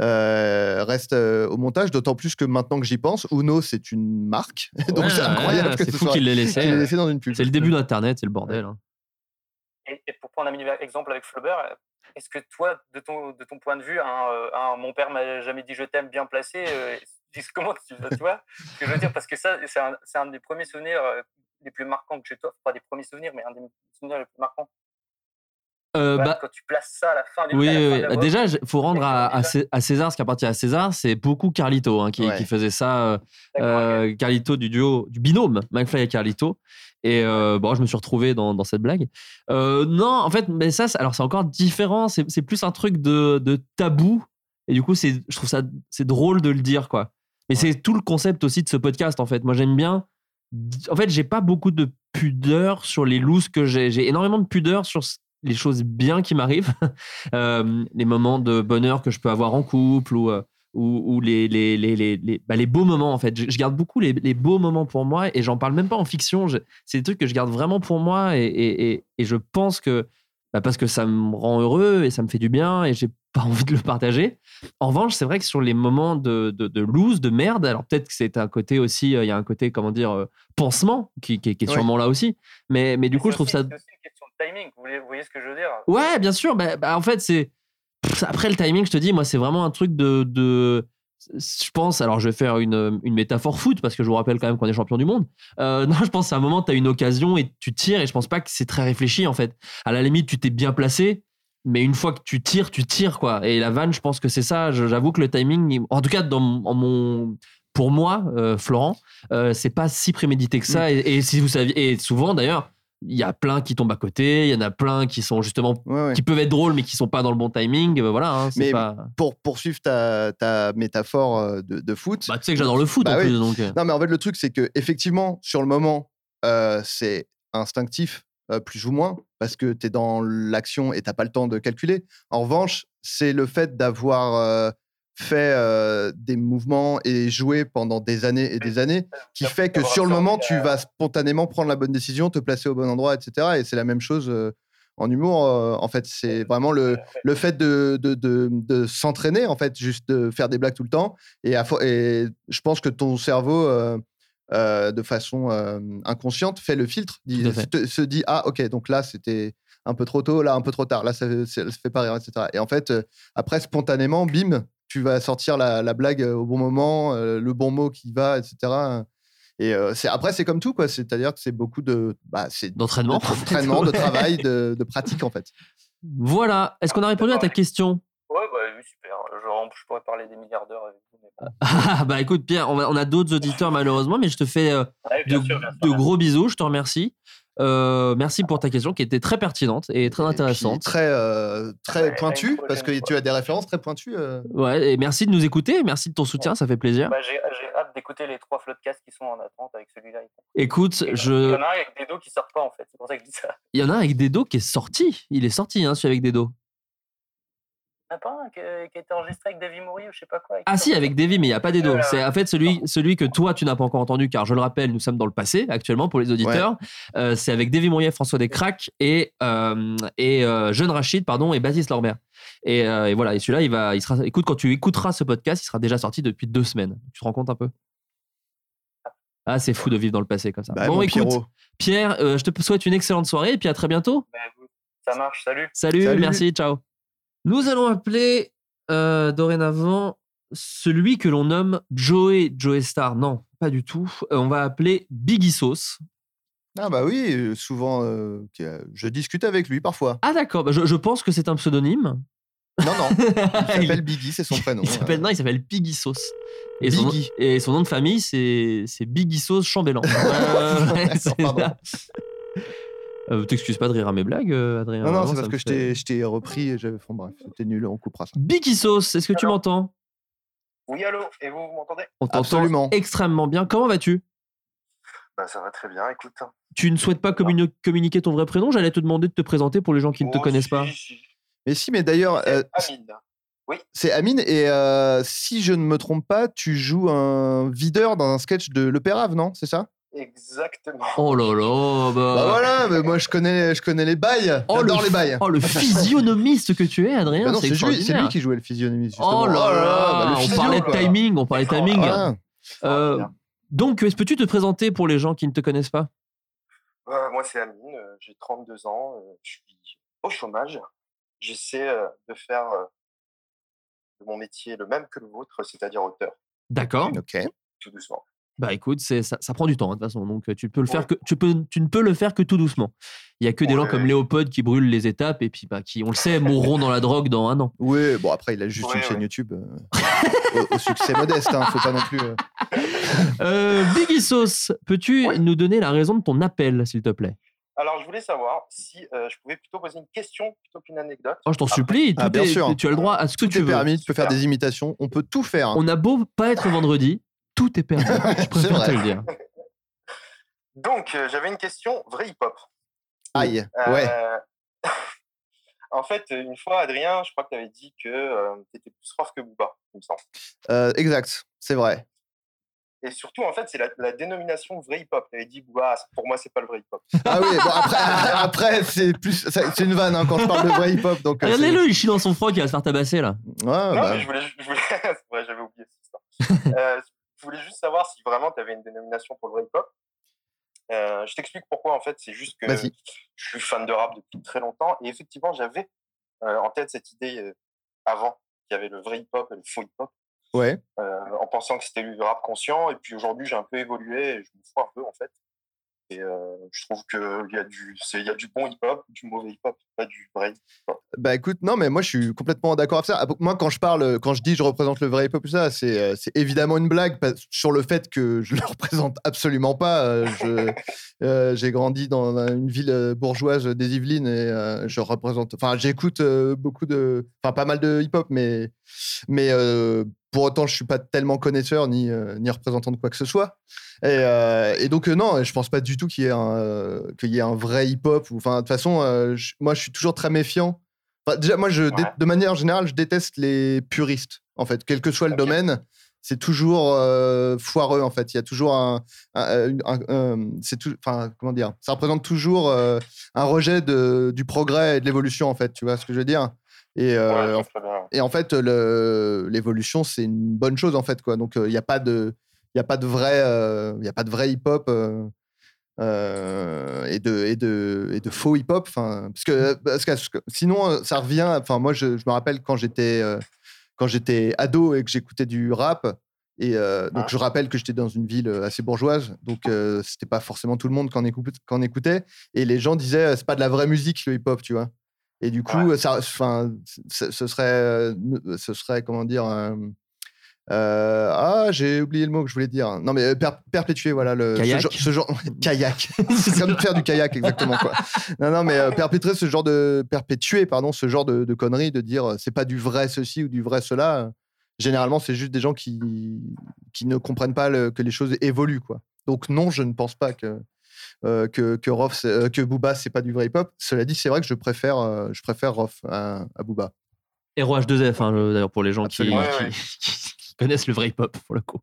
H: euh, reste euh, au montage, d'autant plus que maintenant que j'y pense, Uno c'est une marque, donc
A: Ouais,
H: c'est incroyable
A: Ah, ouais,
H: que
A: c'est
H: ce
A: fou
H: soit-
A: qu'il l'ait laissé.
H: qu'il l'ait laissé dans une pub.
A: C'est le début d'Internet, c'est le bordel. hein.
I: Et, et pour prendre un mini exemple avec Flaubert, est-ce que toi, de ton, de ton point de vue, un, euh, un mon père m'a jamais dit je t'aime bien placé, euh, dis- comment tu tu vois ce que je veux dire Parce que ça, c'est un, c'est un des premiers souvenirs euh, les plus marquants que j'ai, toi, pas des premiers souvenirs, mais un des souvenirs les plus marquants.
A: Euh,
I: Voilà,
A: bah,
I: quand tu places ça à la fin du
A: oui,
I: à la fin
A: oui,
I: de
A: oui.
I: la
A: Bah,
I: voix,
A: déjà, il faut rendre à, à Cé- à César ce qui appartient à César. C'est beaucoup Carlito hein, qui,
H: Ouais.
A: qui faisait ça. euh,
I: d'accord, ok.
A: euh, Carlito du duo, du binôme McFly et Carlito. Et euh, bon, je me suis retrouvé dans, dans cette blague. Euh, non, en fait, mais ça, c'est- alors c'est encore différent. C'est c'est plus un truc de, de tabou. Et du coup, c'est, je trouve ça, c'est drôle de le dire, quoi. Mais c'est tout le concept aussi de ce podcast, en fait. Moi, j'aime bien. En fait, j'ai pas beaucoup de pudeur sur les looses que j'ai. J'ai énormément de pudeur sur ce- les choses bien qui m'arrivent, Euh, les moments de bonheur que je peux avoir en couple ou. euh, ou, ou les, les, les, les, les- bah, les beaux moments en fait. Je, je garde beaucoup les, les beaux moments pour moi et j'en parle même pas en fiction. Je- C'est des trucs que je garde vraiment pour moi et, et, et, et je pense que bah, parce que ça me rend heureux et ça me fait du bien et j'ai pas envie de le partager. En revanche, c'est vrai que sur les moments de, de, de loose, de merde, alors peut-être que c'est un côté aussi, euh, il y a un côté, comment dire, euh, pansement qui, qui, qui est
H: Ouais.
A: sûrement là aussi. Mais, mais du
I: Mais
A: coup,
I: c'est
A: je trouve
I: aussi-
A: ça
I: C'est aussi une question de timing, vous voyez, vous voyez ce que je veux dire
A: Ouais, bien sûr. Bah, bah, en fait, c'est. Pff, Après le timing, je te dis, moi, c'est vraiment un truc de. de- Je pense, alors je vais faire une, une métaphore foot parce que je vous rappelle quand même qu'on est champion du monde. Euh, non, je pense à un moment, tu as une occasion et tu tires et je pense pas que c'est très réfléchi en fait. À la limite, tu t'es bien placé, mais une fois que tu tires, tu tires quoi. Et la vanne, je pense que c'est ça. Je- J'avoue que le timing, il- en tout cas, dans mon- en mon, pour moi, euh, Florent, euh, c'est pas si prémédité que ça. Et, et si vous saviez, et souvent d'ailleurs, il y a plein qui tombent à côté, il y en a plein qui sont justement
H: Ouais, ouais.
A: qui peuvent être drôles mais qui sont pas dans le bon timing euh, voilà hein, c'est
H: Mais- bah,
A: pas
H: pour poursuivre ta, ta métaphore euh, de, de foot.
A: Bah, tu sais que j'adore le foot
H: Bah
A: en
H: oui.
A: plus donc euh,
H: Non, mais en fait, le truc, c'est que effectivement, sur le moment, euh, c'est instinctif, euh, plus ou moins, parce que tu es dans l'action et t'as pas le temps de calculer. En revanche, c'est le fait d'avoir euh, fait euh, des mouvements et joué pendant des années et des années qui fait que sur le moment, tu vas spontanément prendre la bonne décision, te placer au bon endroit, etc. Et c'est la même chose euh, en humour. euh, en fait, c'est vraiment le, le fait de, de, de, de s'entraîner, en fait, juste de faire des blagues tout le temps. Et, à fo- et je pense que ton cerveau, euh, euh, de façon euh, inconsciente, fait le filtre, dit-
A: Tout à fait.
H: te- se dit Ah, ok, donc là, c'était un peu trop tôt, là, un peu trop tard, là, ça ne fait pas rire, etc. Et en fait, euh, après, spontanément, bim, tu vas sortir la, la blague euh, au bon moment, euh, le bon mot qui va, etc. Et euh, c'est- après, c'est comme tout, quoi. C'est-à-dire que c'est beaucoup de. Bah, c'est
A: d'entraînement en fait.
H: d'entraînement, de travail, de, de pratique, en fait.
A: voilà est-ce qu'on a répondu à ta question
I: Ouais, bah oui, super. Genre, je pourrais parler des milliards d'heures avec vous. mais bon.
A: Ah, bah écoute Pierre on, va- on a d'autres auditeurs malheureusement mais je te fais euh,
I: Ouais,
A: de,
I: Ah bien sûr, bien sûr,
A: de
I: bien sûr.
A: gros bisous je te remercie Euh, merci pour ta question qui était très pertinente et très
H: Et puis,
A: intéressante
H: très euh,
I: Ouais, à
H: très
I: une
H: pointu, parce que
I: prochaine
H: tu
I: fois.
H: as des références très pointues. euh.
A: ouais et merci de nous écouter merci de ton soutien ça fait plaisir
I: Bah, j'ai j'ai hâte d'écouter les trois floodcasts qui sont en attente avec celui-là.
A: écoute
I: Il y
A: je
I: en a un avec des dos qui sortent pas, en fait. C'est pour ça que je dis ça.
A: il y en a un avec Dedo qui est sorti il est sorti hein, celui avec Dedo
I: Il y en a pas un qui, qui a été enregistré avec David Mori ou je sais pas quoi.
A: Ah si, avec Davy, mais il n'y a pas des dos.
I: Voilà.
A: C'est en fait celui, celui que toi, tu n'as pas encore entendu, car je le rappelle, nous sommes dans le passé actuellement pour les auditeurs. Euh, c'est avec Davy Mourier, François Descraques et, euh, et euh, Jeune Rachid pardon, et Baptiste Lorbert. Et, euh, et voilà, et celui-là, il va, il sera, écoute, quand tu écouteras ce podcast, il sera déjà sorti depuis deux semaines. Tu te rends compte un peu Ah, c'est fou de vivre dans le passé comme ça.
H: Bah,
A: bon,
H: mon
A: écoute,
H: Pierrot.
A: Pierre, euh, je te souhaite une excellente soirée et puis à très bientôt.
I: Bah, Ça marche, salut.
A: Salut,
H: Salut.
A: merci, ciao. Nous allons appeler euh, dorénavant celui que l'on nomme Joey, Joey Star. Non, pas du tout. Euh, on va appeler Biggie Sauce.
H: Ah bah oui, euh, souvent, euh, qui, euh, je discute avec lui parfois.
A: Ah d'accord, bah, je, je pense que c'est un pseudonyme.
H: Non, non. Il
A: Il-
H: s'appelle Biggie, c'est son prénom.
A: Il s'appelle, non, il s'appelle Piggy Sauce. Et, son,
H: Biggie.
A: et son nom de famille, c'est, c'est Biggie Sauce Chambellan. Euh,
H: D'accord,
A: c'est
H: pardon.
A: ça. Euh, t'excuses pas de rire à mes blagues, euh, Adrien.
H: Non, non,
A: vraiment,
H: c'est
A: ça
H: parce
A: me
H: que je
A: fait-
H: t'ai- je t'ai repris et j'avais. Bon, bref, c'était nul, on coupera ça.
A: Biggie Sauce, est-ce que tu
J: Alors.
A: m'entends
J: Oui, allô Et vous, vous m'entendez
A: On t'entend
H: Absolument.
A: extrêmement bien. Comment vas-tu
J: Bah, ça va très bien, écoute.
A: Tu ne souhaites pas communi- communiquer ton vrai prénom J'allais te demander de te présenter pour les gens qui ne te connaissent pas.
H: Mais si, mais d'ailleurs, euh,
J: Amine.
H: c'est Amine, et euh, si je ne me trompe pas, tu joues un videur dans un sketch de L'Opérave, non C'est ça
J: Exactement.
A: Oh là là, bah...
H: Bah voilà, mais moi je connais, je connais les bails.
A: Oh,
H: J'adore
A: le
H: les bails.
A: Oh, le physionomiste que tu es, Adrien.
H: Bah non,
A: c'est
H: c'est lui, c'est
A: extraordinaire.
H: lui qui jouait le physionomiste. justement.
A: Oh là
H: bah,
A: là,
H: le
A: on
H: physio,
A: parlait de
H: quoi. Oh,
A: timing, on parlait de timing.
H: Voilà.
A: Euh, donc, est-ce peux-tu te présenter pour les gens qui ne te connaissent pas
J: Euh, moi, c'est Amine, euh, j'ai 32 ans, euh, je suis au chômage. J'essaie euh, de faire euh, de mon métier le même que le vôtre, c'est-à-dire auteur,
A: D'accord.
H: Ok.
J: tout doucement.
A: Bah écoute, c'est- ça, ça prend du temps hein, de toute façon, donc euh, tu peux le faire que tu peux tu ne peux le faire que tout doucement. Il y a que des gens
J: Ouais.
A: comme Léopold qui brûlent les étapes et puis bah, qui, on le sait, mourront dans la drogue dans un an.
H: Oui, bon après il a juste
J: Ouais,
H: une
J: ouais.
H: chaîne YouTube euh, au, au succès modeste, hein, faut pas non plus. euh.
A: Euh, Biggie Sauce, peux-tu
J: Ouais.
A: nous donner la raison de ton appel, s'il te plaît
J: Alors, je voulais savoir si euh, je pouvais plutôt poser une question plutôt qu'une anecdote.
A: Oh, je t'en supplie,
H: Ah,
A: tout
H: bien
A: est-
H: sûr.
A: tu as le droit à ce que
H: Tout
A: tu
H: est
A: veux.
H: permis, tu peux faire
J: Super.
H: des imitations, on peut tout faire. hein.
A: On a beau pas être vendredi, tout est permis. Je préfère
H: vrai.
A: te le dire.
J: Donc, euh, j'avais une question vrai hip-hop.
H: Aïe,
J: Euh,
H: ouais.
J: en fait, une fois, Adrien, je crois que tu avais dit que tu étais plus fort que Booba, il me semble.
H: Euh, exact, c'est vrai.
J: Et surtout, en fait, c'est la, la dénomination vrai hip-hop. Tu avais dit Booba, c'est- pour moi, c'est pas le vrai hip-hop.
H: Ah oui, bon, après, après c'est plus, ça- c'est une vanne hein, quand je parle de vrai hip-hop, donc. euh, c'est-
A: Regardez-le, il chie dans son froc, il va se faire tabasser là.
H: Ouais, ouais,
J: non,
H: bah,
J: mais je voulais, ju- je voulais- c'est vrai, j'avais oublié cette histoire. Euh, je voulais juste savoir si vraiment tu avais une dénomination pour le vrai hip-hop. Euh, je t'explique pourquoi, en fait, c'est juste que
H: Vas-y.
J: je suis fan de rap depuis très longtemps. Et effectivement, j'avais euh, en tête cette idée euh, avant qu'il y avait le vrai hip-hop et le faux hip-hop.
H: ouais.
J: euh, en pensant que c'était le rap conscient. Et puis aujourd'hui, j'ai un peu évolué et je me fous un peu, en fait. Et euh, je trouve qu'il y, a du- c'est- il y a du bon hip-hop, du mauvais hip-hop, pas du vrai.
H: Bah écoute, non, mais moi je suis complètement d'accord avec ça. Ah, Moi, quand je parle, quand je dis je représente le vrai hip-hop, tout ça, c'est euh, c'est évidemment une blague pas- sur le fait que je le représente absolument pas. Euh, je- euh, J'ai grandi dans un- une ville euh, bourgeoise des Yvelines et euh, je représente. Enfin, j'écoute euh, beaucoup de. Enfin, pas mal de hip-hop, mais. Mais euh, pour autant, je suis pas tellement connaisseur ni, euh, ni représentant de quoi que ce soit. Et, euh, et donc, euh, non, je pense pas du tout qu'il y, ait un, euh, qu'il y ait un vrai hip-hop. ou- Enfin, de toute façon, euh, je- moi, je suis toujours très méfiant. Enfin, déjà, moi, je, dé-
J: Ouais.
H: de manière générale, je déteste les puristes, en fait, quel que soit le
J: Ok.
H: domaine. C'est toujours euh, foireux, en fait. Il y a toujours un. un- un- un- euh, c'est tout. Enfin, comment dire Ça représente toujours euh, un rejet de- du progrès et de l'évolution, en fait. Tu vois ce que je veux dire Et euh, en
J: Ouais, très bien.
H: et en fait, le- l'évolution, c'est une bonne chose, en fait. Quoi. Donc, euh, il n'y a pas de, y a pas de vrai, euh, y a pas de vrai hip-hop euh, euh, et, de, et, de, et de faux hip-hop. 'Fin, Parce
J: Mm.
H: que, parce que- parce que sinon, euh, ça revient. Enfin, moi, je, je me rappelle quand j'étais euh, quand j'étais ado et que j'écoutais du rap. Et euh, donc,
J: Ah.
H: je rappelle que j'étais dans une ville euh, assez bourgeoise, donc euh, c'était pas forcément tout le monde qu'en écoute, qu'en écoutait. Et les gens disaient, euh, c'est pas de la vraie musique le hip-hop, tu vois. Et du coup, euh,
J: Ouais.
H: ça, enfin, ce ce serait, euh, ne- ce serait comment dire euh, euh, Ah, j'ai oublié le mot que je voulais dire. Non, mais euh, per- perpétuer, voilà le ce
A: Kayak.
H: genre, ce genre- kayak. C'est comme faire du kayak, exactement quoi. Non, non, mais euh, perpétrer ce genre de perpétuer, pardon, ce genre de, de conneries, de dire euh, c'est pas du vrai ceci ou du vrai cela. euh, Généralement, c'est juste des gens qui qui ne comprennent pas le- que les choses évoluent quoi. Donc non, je ne pense pas que euh, que que Rof, c'est- euh, que Booba, c'est pas du vrai hip-hop. Cela dit, c'est vrai que je préfère euh, je préfère Rof à, à Booba.
A: ROH2F, hein, le- d'ailleurs, pour les gens qui,
H: Absolument.
J: Ouais, ouais.
A: qui- qui connaissent le vrai hip-hop, pour le coup.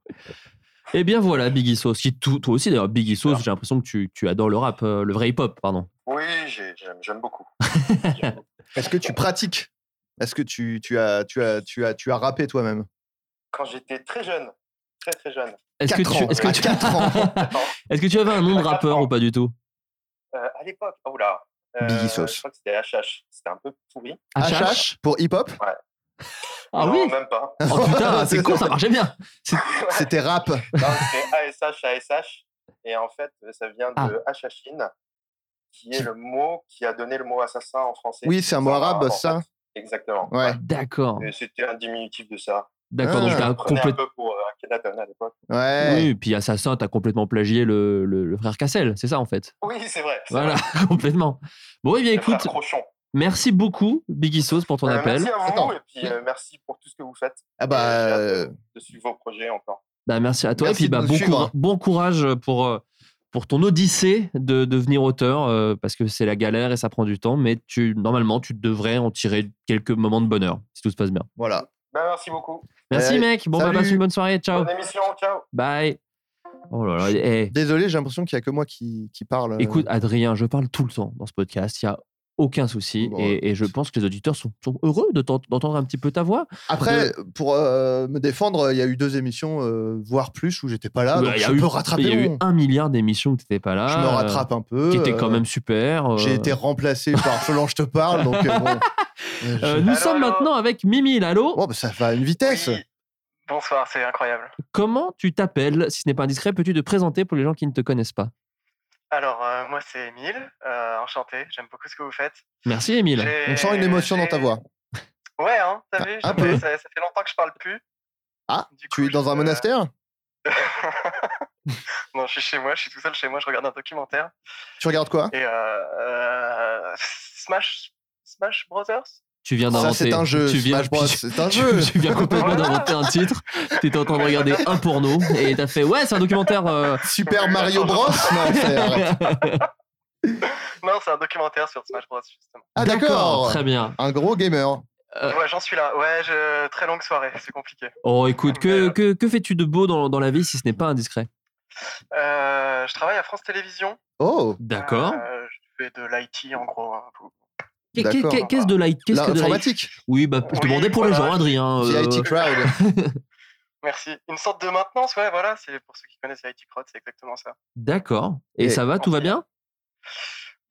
A: Eh bien voilà, Biggie Sauce. Qui, tout- toi aussi, d'ailleurs, Biggie Sauce,
J: Voilà.
A: j'ai l'impression que tu, tu adores le rap, euh, le vrai hip-hop, pardon.
J: Oui, j'ai- j'aime j'aime beaucoup.
H: Est-ce que tu pratiques Est-ce que tu, tu as tu as tu as tu as rappé toi-même
J: Quand j'étais très jeune, très très jeune,
A: Est-ce que,
H: Quatre
A: tu-
H: ans,
A: est-ce que
H: à
A: tu-
H: quatre ans.
A: est-ce que tu avais un nom de
J: À quatre
A: rappeur
J: ans.
A: ou pas du tout
J: euh, à l'époque, oh là, euh,
H: Biggie Sauce.
J: je crois que c'était HH, c'était un peu pourri.
H: HH pour hip-hop
A: Ah
J: non,
A: oui
J: même pas.
A: Oh putain, c'est con, ça marchait bien.
H: C'était rap.
J: Non, c'était ASH, ASH. Et en fait, ça vient de Hachachine, qui est
H: Ah. Qui-
J: le mot qui a donné le mot assassin en français.
H: Oui, c'est un mot
J: Ça,
H: arabe,
J: en
H: ça.
J: fait.
K: Exactement.
H: Ouais.
A: D'accord.
K: Et C'était un diminutif de ça.
A: D'accord.
H: Ah.
A: donc,
K: Je
A: t'as
K: le prenais
A: complètement.
K: un peu pour euh, Akhenaton à l'époque.
H: Ouais.
A: Oui, et puis Assassin, t'as complètement plagié le, le- le frère Cassel, c'est ça en fait.
K: Oui, c'est vrai. c'est
A: Voilà,
K: vrai.
A: complètement. Bon, eh bien
K: Le frère
A: écoute,
K: Crochon.
A: merci beaucoup, Biggie Sauce, pour ton
I: Bah,
K: Euh,
A: appel.
K: Merci à vous
H: Attends.
K: et puis euh, merci pour tout ce que vous faites.
H: Ah bah.
K: Et j'ai hâte
H: euh,
K: de suivre vos projets encore.
A: Bah, merci à toi.
H: Merci
A: et puis,
H: de
A: bah,
H: nous
A: bon,
H: suivre.
A: coura- bon courage pour, euh, pour ton odyssée de devenir auteur, euh, parce que c'est la galère et ça prend du temps, mais tu, normalement, tu devrais en tirer quelques moments de bonheur, si tout se passe bien.
H: Voilà.
K: Ben, merci beaucoup.
A: Merci,
H: Allez,
A: mec. Bon, bah,
H: salut.
A: passe une bonne soirée. Ciao.
K: Bonne émission, ciao.
A: Bye. Oh là là. eh,
H: Désolé, j'ai l'impression qu'il n'y a que moi qui, qui parle. euh,
A: Écoute, Adrien, je parle tout le temps dans ce podcast. Il n'y a aucun souci.
H: Bon,
A: et, et je pense que les auditeurs sont, sont heureux de t'ent- d'entendre un petit peu ta voix.
H: Après, pour euh, me défendre, il y a eu deux émissions, euh, voire plus, où j'étais pas là.
A: Bah,
H: Ah, donc
A: il y a
H: je
A: eu-
H: peux rattraper.
A: Il y a eu
H: mon-
A: un milliard d'émissions où tu n'étais pas là.
H: Je me
A: euh,
H: rattrape un peu.
A: Qui était quand
H: euh,
A: même super.
H: J'ai
A: euh.
H: été remplacé par Solange te parle, donc euh, bon. Euh, je-
A: Euh, nous
K: Allô,
A: sommes
K: allô
A: maintenant avec Mimi. là, Allô
H: Bon, bah, ça va à une vitesse.
K: Oui. Bonsoir, c'est incroyable.
A: Comment tu t'appelles Si ce n'est pas indiscret, peux-tu te présenter pour les gens qui ne te connaissent pas
K: Alors, euh, moi, c'est Emile. Euh, enchanté. J'aime beaucoup ce que vous faites.
A: Merci, Émile.
H: On sent une émotion dans ta voix.
K: Ouais, hein, t'as vu
H: un
K: j'ai-
H: peu.
K: Ça, ça fait longtemps que je parle plus.
H: Ah,
K: Du
H: Tu
K: coup,
H: es dans
I: euh,
K: je-
H: un monastère
K: Non, je suis chez moi, je suis tout seul chez moi, je regarde un documentaire.
H: Tu regardes quoi
K: Et euh, euh, Smash, Smash Brothers
A: Tu viens
H: Ça,
A: d'inventer.
H: c'est un jeu.
A: Tu viens,
H: Smash Bros,
A: tu-
H: c'est un
A: tu-
H: jeu.
A: tu viens complètement
K: Voilà.
A: d'inventer un titre. Tu étais en train de regarder un porno et t'as fait Ouais, c'est un documentaire. euh,
H: Super Mario Bros Non, c'est- arrête.
K: Non, c'est un documentaire sur Smash Bros, justement.
H: Ah, d'accord.
A: Très bien.
H: Un gros gamer.
A: Euh.
K: Ouais, j'en suis là. Ouais, je... très longue soirée, c'est compliqué.
A: Oh, écoute,
K: Mais,
A: que,
K: euh,
A: que, que fais-tu de beau dans, dans la vie si ce n'est pas indiscret
K: Euh, je travaille à France Télévisions.
H: Oh,
A: D'accord.
K: Euh, je fais de l'IT, en gros. hein.
A: Qu'est- qu'est-
H: d'accord.
A: Qu'est-ce de light Qu'est-ce que de light
H: l'informatique.
A: Oui, bah, je
K: Oui,
A: demandais pour les
K: voilà.
A: gens, Adrien.
H: The
A: euh,
H: IT Crowd.
K: Merci. Une sorte de maintenance, ouais, voilà. C'est pour ceux qui connaissent l'IT Crowd, c'est exactement ça.
A: D'accord. Et,
H: Et-
A: ça va, tout va bien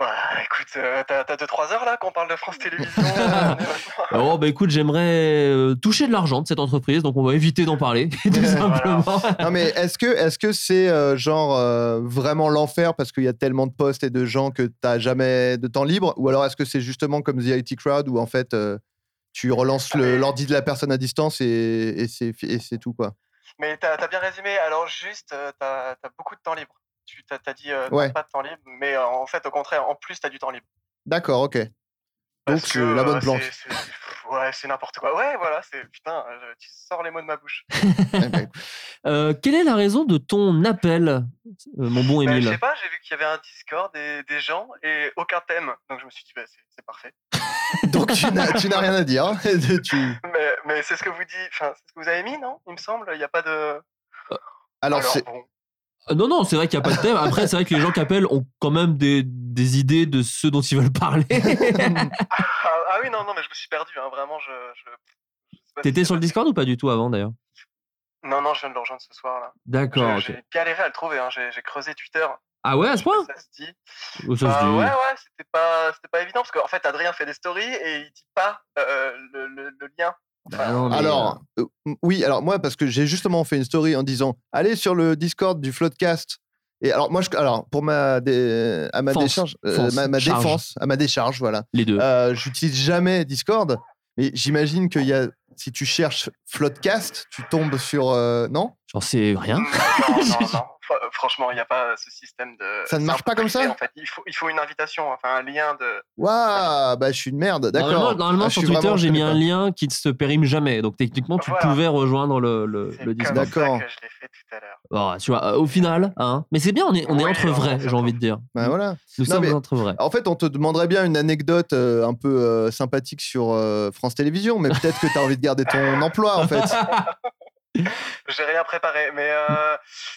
K: Bah, écoute, euh, t'as 2-3 heures là qu'on parle de France Télévisions. euh, on est maintenant-
A: Oh, bah écoute, j'aimerais euh, toucher de l'argent de cette entreprise, donc on va éviter d'en parler, tout
H: Voilà.
A: simplement.
H: Non mais est-ce que est-ce que c'est euh, genre euh, vraiment l'enfer parce qu'il y a tellement de postes et de gens que t'as jamais de temps libre ou alors est-ce que c'est justement comme The IT Crowd où en fait euh, tu relances le- l'ordi de la personne à distance et, et c'est et c'est tout quoi.
K: Mais t'as as bien résumé. Alors juste, euh, t'as as beaucoup de temps libre. Tu t'as t'as dit euh, t'as
H: Ouais.
K: pas de temps libre, mais euh, en fait, au contraire, en plus, t'as du temps libre.
H: D'accord, ok. Eh Donc
K: Parce
H: c'est
K: que,
H: la bonne
K: euh,
H: planche.
K: c'est- c'est- Ouais, c'est n'importe quoi. Ouais, voilà, c'est putain, euh, tu sors les mots de ma bouche. Bah,
H: Eh ben, écoute,
A: Euh, quelle est la raison de ton appel, euh, mon bon
K: Ben, je sais
A: Émile
K: pas, j'ai vu qu'il y avait un Discord des, des gens et aucun thème. Donc je me suis dit, bah, c'est c'est parfait.
H: Donc tu n'as tu n'as rien à dire. hein. Tu-
K: Mais, mais c'est ce que vous dites, enfin, c'est ce que vous avez mis, non Il me semble, il n'y a pas de.
H: Alors c'est
K: bon,
A: Euh, Non, non, c'est vrai qu'il n'y a pas de thème. Après, c'est vrai que les gens qui appellent ont quand même des, des idées de ce dont ils veulent parler.
K: ah, ah oui, non, non, mais je me suis perdu, hein, vraiment. Je, je, je sais pas ce qui
A: T'étais
K: s'est
A: sur le
K: passé.
A: Discord ou pas du tout avant d'ailleurs
K: Non, non, je viens de le rejoindre ce soir là.
A: D'accord.
K: J'ai-
A: ok.
K: J'ai galéré à le trouver, hein, j'ai j'ai creusé Twitter.
A: Ah ouais, à ce point
K: Ça se dit.
A: Oh, ça,
K: Bah
A: je dis-
K: ouais, ouais, c'était pas, c'était pas évident parce qu'en fait, Adrien fait des stories et il dit pas euh, le, le- le lien.
A: Bah non, mais,
H: alors euh, oui alors moi parce que j'ai justement fait une story en disant allez sur le Discord du Floodcast et alors moi je, alors pour ma dé- à ma
A: Fence.
H: décharge euh,
A: Fence.
H: ma, ma
A: Charge.
H: défense à ma décharge voilà
A: euh, les deux.
H: Euh, j'utilise jamais Discord, mais j'imagine qu'il y a. Si tu cherches Floodcast, tu tombes sur. euh, non
A: J'en sais rien.
K: non, non, non. Fr- Franchement, il n'y a pas ce système de.
H: Ça ne
K: c'est
H: marche
K: un peu
H: pas comme
K: privé,
H: ça
K: En fait, il faut, il faut une invitation, enfin un lien de.
H: Waouh Bah, je suis une merde, d'accord.
A: Normalement, normalement,
H: Ah, je
A: sur
H: suis
A: Twitter,
H: vraiment-
A: j'ai
H: je
A: mis
H: connais
A: un lien qui ne se périme jamais. Donc techniquement, tu
K: Bah Voilà.
A: pouvais rejoindre le, le,
K: C'est
A: Euh, le
K: comme
A: Discord.
H: Discord. D'accord.
K: ça que je l'ai fait tout à l'heure.
A: Bon, tu vois, euh, au final, hein. Mais c'est bien, on est, on est
K: Oui,
A: entre
K: on-
A: vrais,
K: on
A: j'ai
K: s'entend.
A: envie de dire.
H: pas. Bah, voilà.
A: Nous
H: Non,
A: sommes
H: mais-
A: entre vrais.
H: En fait, on te demanderait bien une anecdote euh, un peu euh, sympathique sur euh, France Télévisions, mais peut-être que tu as envie de garder ton emploi, en fait.
K: J'ai rien préparé, mais euh,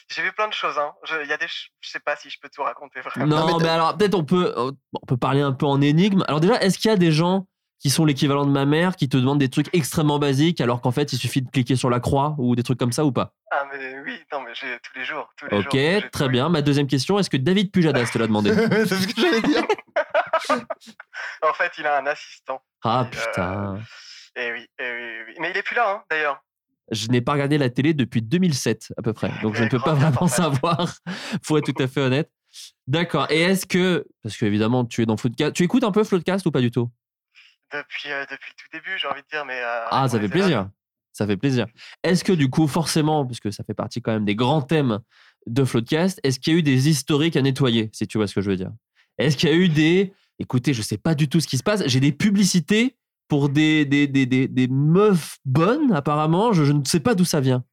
K: j'ai vu plein de choses. Hein. Je, il y a des, ch- je sais pas si je peux tout raconter vraiment.
H: Ah,
A: Non,
H: mais
A: mais, alors peut-être on peut, euh, on peut parler un peu en énigme. Alors déjà, est-ce qu'il y a des gens qui sont l'équivalent de ma mère qui te demandent des trucs extrêmement basiques alors qu'en fait il suffit de cliquer sur la croix ou des trucs comme ça ou pas
K: Ah mais oui, non mais j'ai tous les jours, tous les
A: Ok,
K: jours, j'ai
A: très
K: tout eu.
A: bien. Ma deuxième question, est-ce que David Pujadas te l'a demandé
H: C'est ce que j'allais dire.
K: En fait, il a un assistant.
A: Ah
K: Et, euh,
A: putain,
K: Et oui, eh oui, eh oui. mais il est plus là, hein, d'ailleurs.
A: je n'ai pas regardé la télé depuis 2007 à peu près, donc je ne peux pas vraiment savoir. Faut être tout à fait honnête. D'accord. Et est-ce que, parce que évidemment tu es dans Floodcast, tu écoutes un peu Floodcast ou pas du tout
K: depuis, euh, depuis le tout début, j'ai envie de dire. Mais, euh,
A: Ah, ça
K: on les
A: fait
K: a-
A: plaisir. Ça fait plaisir. Est-ce que du coup, forcément, puisque ça fait partie quand même des grands thèmes de Floodcast, est-ce qu'il y a eu des historiques à nettoyer, si tu vois ce que je veux dire Est-ce qu'il y a eu des... Écoutez, je sais pas du tout ce qui se passe. J'ai des publicités pour des, des, des, des, des meufs bonnes, apparemment. Je, je ne sais pas d'où ça vient.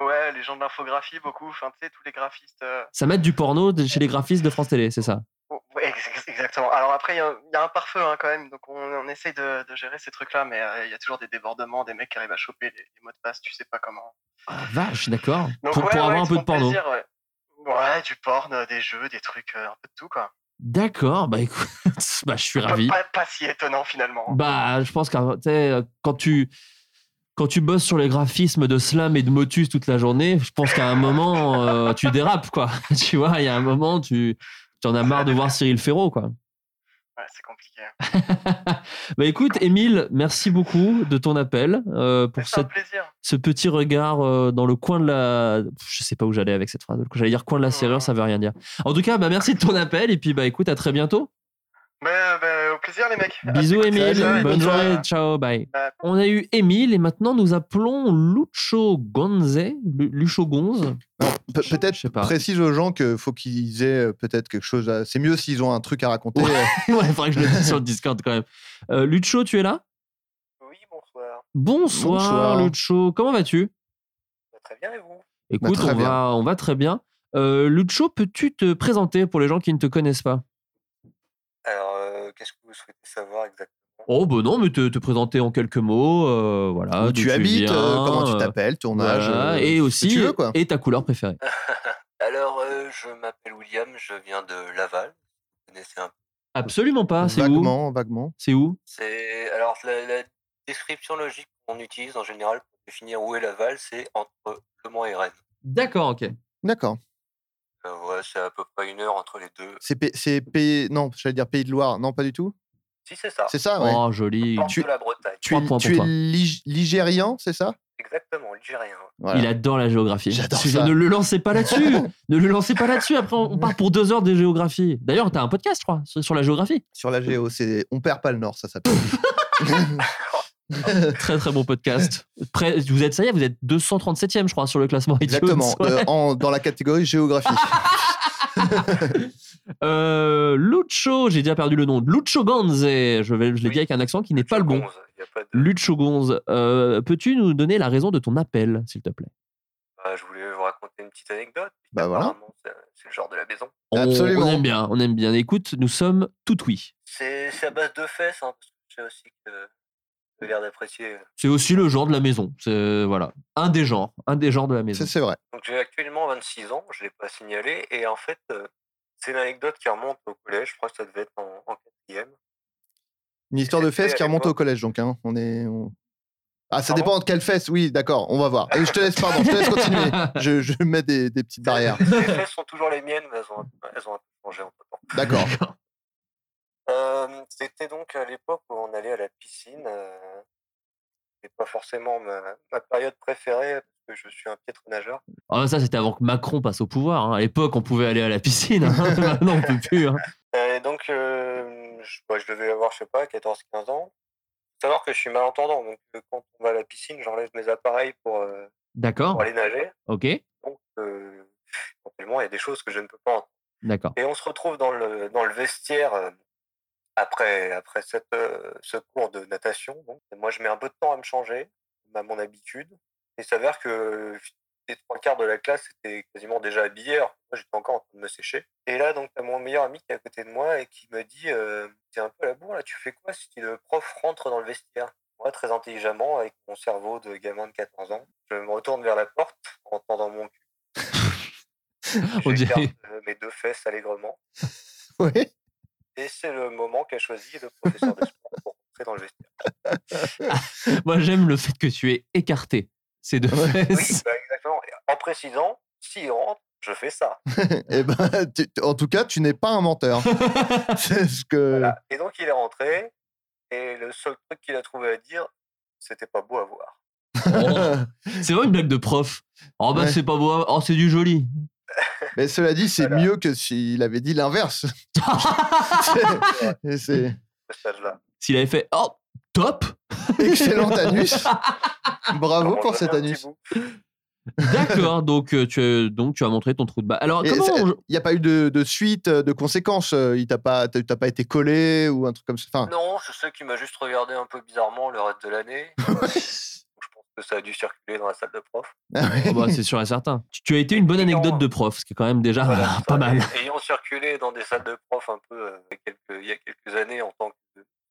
K: Ouais, les gens de l'infographie, beaucoup. Enfin, tu sais, tous les graphistes. euh,
A: Ça met du porno de- chez les graphistes de France Télé, c'est ça
K: oh, ouais, ex- ex- exactement. Alors après, il y, a un- il y a un pare-feu hein, quand même. Donc on, on essaye de, de gérer ces trucs-là. Mais euh, il y a toujours des débordements, des mecs qui arrivent à choper les, les mots de passe, tu sais pas comment.
A: Ah, Vache, d'accord.
K: Donc,
A: Pour,
K: ouais,
A: pour
K: ouais,
A: avoir un
K: ils
A: peu de
K: font
A: porno.
K: plaisir, ouais. Ouais, du porno, des jeux, des trucs, euh, un peu de tout quoi.
A: D'accord, bah écoute, bah, je suis
K: Pas-
A: ravi.
K: Pas, pas si étonnant finalement.
A: Bah, je pense que tu sais, euh, quand tu quand tu bosses sur les graphismes de Slam et de Motus toute la journée, je pense qu'à un moment euh, tu dérapes quoi. tu vois, il y a un moment tu tu en as marre de voir Cyril Ferraud quoi.
K: Ouais, c'est compliqué.
A: Bah écoute, Émile, merci beaucoup de ton appel euh, pour
K: C'est un
A: cette,
K: plaisir.
A: ce petit regard euh, dans le coin de la je sais pas où j'allais avec cette phrase. J'allais dire coin de la serrure, ça veut rien dire. En tout cas, bah merci de ton appel et puis bah écoute, à très bientôt.
K: Mais, bah, au plaisir les mecs. À
A: Bisous
K: plus.
A: Émile,
K: Salut,
A: bonne
K: bonne
A: journée,
K: soirée.
A: ciao, bye.
K: Ouais.
A: On a eu Émile et maintenant nous appelons Lucho Gonze. Lu- Lucho Gonze.
H: Non, pe-
A: Je
H: peut-être
A: sais pas.
H: précise aux gens qu'il faut qu'ils aient euh, peut-être quelque chose. à- C'est mieux s'ils ont un truc à raconter. euh,
A: Ouais. ouais, il faudrait que je le dise sur le Discord quand même. Euh, Lucho, tu es là
L: Oui, bonsoir.
A: Bonsoir,
H: Bonsoir.
A: Lucho, comment vas-tu
L: Bah, très bien, et vous
A: Écoute,
H: très
A: on,
H: bien.
A: va, on va très bien. Euh, Lucho, peux-tu te présenter pour les gens qui ne te connaissent pas
L: Alors, euh, qu'est-ce que vous souhaitez savoir exactement
A: Oh, bah non, mais te, te présenter en quelques mots. euh, voilà,
H: Où
A: d'où
H: tu habites,
A: viens,
H: euh, comment tu
A: euh,
H: t'appelles, ton
A: voilà,
H: âge. euh, ce
A: et
H: que
A: aussi,
H: tu veux, quoi.
A: et ta couleur préférée.
L: Alors, euh, je m'appelle William, je viens de Laval. Vous connaissez un peu
A: Absolument pas, ah, c'est où
H: Vaguement, vaguement.
A: C'est où
L: C'est alors la, la description logique qu'on utilise en général pour définir où est Laval, c'est entre Le Mans et Rennes.
A: D'accord, ok.
H: D'accord.
L: Euh, ouais, c'est à peu près une heure entre les deux.
H: C'est P- c'est pays. Non, j'allais dire pays de Loire. Non, pas du tout.
L: Si c'est ça.
H: C'est ça, Ah ouais.
A: Oh, joli.
L: Porte
H: tu-
L: de la Bretagne.
H: tu
A: trois points
H: es,
A: pour
H: tu es
A: toi.
H: lig- ligérien, c'est ça
L: Exactement, ligérien.
H: Voilà.
A: Il adore la géographie.
H: J'adore
A: Tu-
H: ça.
A: Ne le lancez pas là-dessus. ne le lancez pas là-dessus. Après, on part pour deux heures de géographie. D'ailleurs, t'as un podcast, je crois, sur sur la géographie.
H: Sur la Géo, c'est On perd pas le Nord, ça s'appelle.
A: Très, très bon podcast. Près- vous êtes, ça y est, vous êtes 237e, je crois, sur le classement iTunes.
H: Exactement. euh, en- dans la catégorie géographie.
A: Euh, Lucho, j'ai déjà perdu le nom. Lucho Gonze. Je, vais, je l'ai
L: Oui.
A: dit avec un accent qui n'est pas le bon.
L: Gonze, y a pas de-
A: Lucho Gonze, euh, peux-tu nous donner la raison de ton appel, s'il te plaît
L: Bah, je voulais vous raconter une petite anecdote.
H: Bah voilà.
L: Apparemment, c'est c'est le genre de la maison.
A: on,
H: Absolument.
A: on aime bien, on aime bien. Écoute, nous sommes tout oui.
L: C'est c'est à base de fesses, hein, parce que je sais aussi que vous avez l'air d'apprécier.
A: C'est aussi le genre de la maison. C'est voilà, un des genres, un des genres de la maison.
H: Ça, c'est vrai.
L: Donc j'ai actuellement 26 ans, je ne l'ai pas signalé, et en fait, euh, c'est une anecdote qui remonte au collège, je crois que ça devait être en, en quatrième.
H: Une histoire de
L: C'était
H: fesses qui
L: à
H: remonte au
L: l'époque.
H: collège, donc. hein. On est. on- Ah, ça
L: Pardon
H: dépend de quelle fesse. Oui, d'accord. On va voir. Et je te laisse, pardon. Je te laisse continuer. Je, je mets des, des petites barrières.
L: Les fesses sont toujours les miennes, mais elles ont, elles ont un peu changé entre temps.
H: D'accord.
L: Euh, C'était donc à l'époque où on allait à la piscine. euh, C'est pas forcément ma, ma période préférée, parce que je suis un piètre nageur.
A: Ah ben ça, c'était avant que Macron passe au pouvoir. hein. À l'époque, on pouvait aller à la piscine. hein. Maintenant, on peut plus. hein.
L: Euh, Et donc, euh, je, bah, je devais avoir, je sais pas, 14-15 ans. Faut savoir que je suis malentendant, donc euh, quand on va à la piscine, j'enlève mes appareils pour, euh,
A: D'accord.
L: pour aller nager.
A: Ok.
L: Donc, euh, éventuellement, il y a des choses que je ne peux pas entendre.
A: D'accord.
L: Et on se retrouve dans le, dans le vestiaire euh, après, après cette, euh, ce cours de natation. donc. Et moi, je mets un peu de temps à me changer, comme à mon habitude. Il s'avère que les trois quarts de la classe étaient quasiment déjà habillés. alors que moi, j'étais encore en train de me sécher. Et là, donc, t'as mon meilleur ami qui est à côté de moi et qui me dit euh, T'es un peu à la bourre, là, tu fais quoi si le prof rentre dans le vestiaire Moi, très intelligemment, avec mon cerveau de gamin de 14 ans, je me retourne vers la porte en tendant mon cul.
A: On
L: J'écarte
A: dirait-
L: euh, mes deux fesses allègrement.
H: Ouais.
L: Et c'est le moment qu'a choisi le professeur de sport pour rentrer dans le vestiaire.
A: Moi, j'aime le fait que tu aies écarté ces deux
H: Ouais.
L: Oui,
A: fesses.
L: bah, exactement. Et En précisant, s'il rentre, je fais ça.
H: Eh ben, tu- tu- en tout cas, tu n'es pas un menteur. C'est ce que.
L: Voilà. Et donc, il est rentré. Et le seul truc qu'il a trouvé à dire, c'était pas beau à voir.
A: Oh, c'est vraiment une blague de prof. Oh bah
H: Ouais.
A: c'est pas beau. Oh c'est du joli.
H: Mais cela dit, c'est
L: Voilà.
H: mieux que s'il avait dit l'inverse. C'est- c'est-
L: Ce stage-là.
A: S'il avait fait oh top,
H: Excellent anus. Bravo pour cet
I: année.
H: anus.
A: d'accord. donc euh, tu as, donc tu as montré ton trou de balle. Alors
H: Et
A: comment
H: c'est-
A: on-
H: Il n'y a pas eu de, de suite, euh, de conséquences. euh, Il t'a pas, t'as t'as pas été collé ou un truc comme ça. Enfin,
L: Non, c'est ceux qui m'a juste regardé un peu bizarrement le reste de l'année. je pense que ça a dû circuler dans la salle de prof.
A: Oh, bah, c'est sûr et certain. Tu, tu as été une bonne anecdote de prof, ce qui est quand même déjà
L: Voilà,
A: ah,
L: ça,
A: pas mal.
L: et- Ayant circulé dans des salles de prof un peu euh, il y a quelques- il y a quelques années en tant que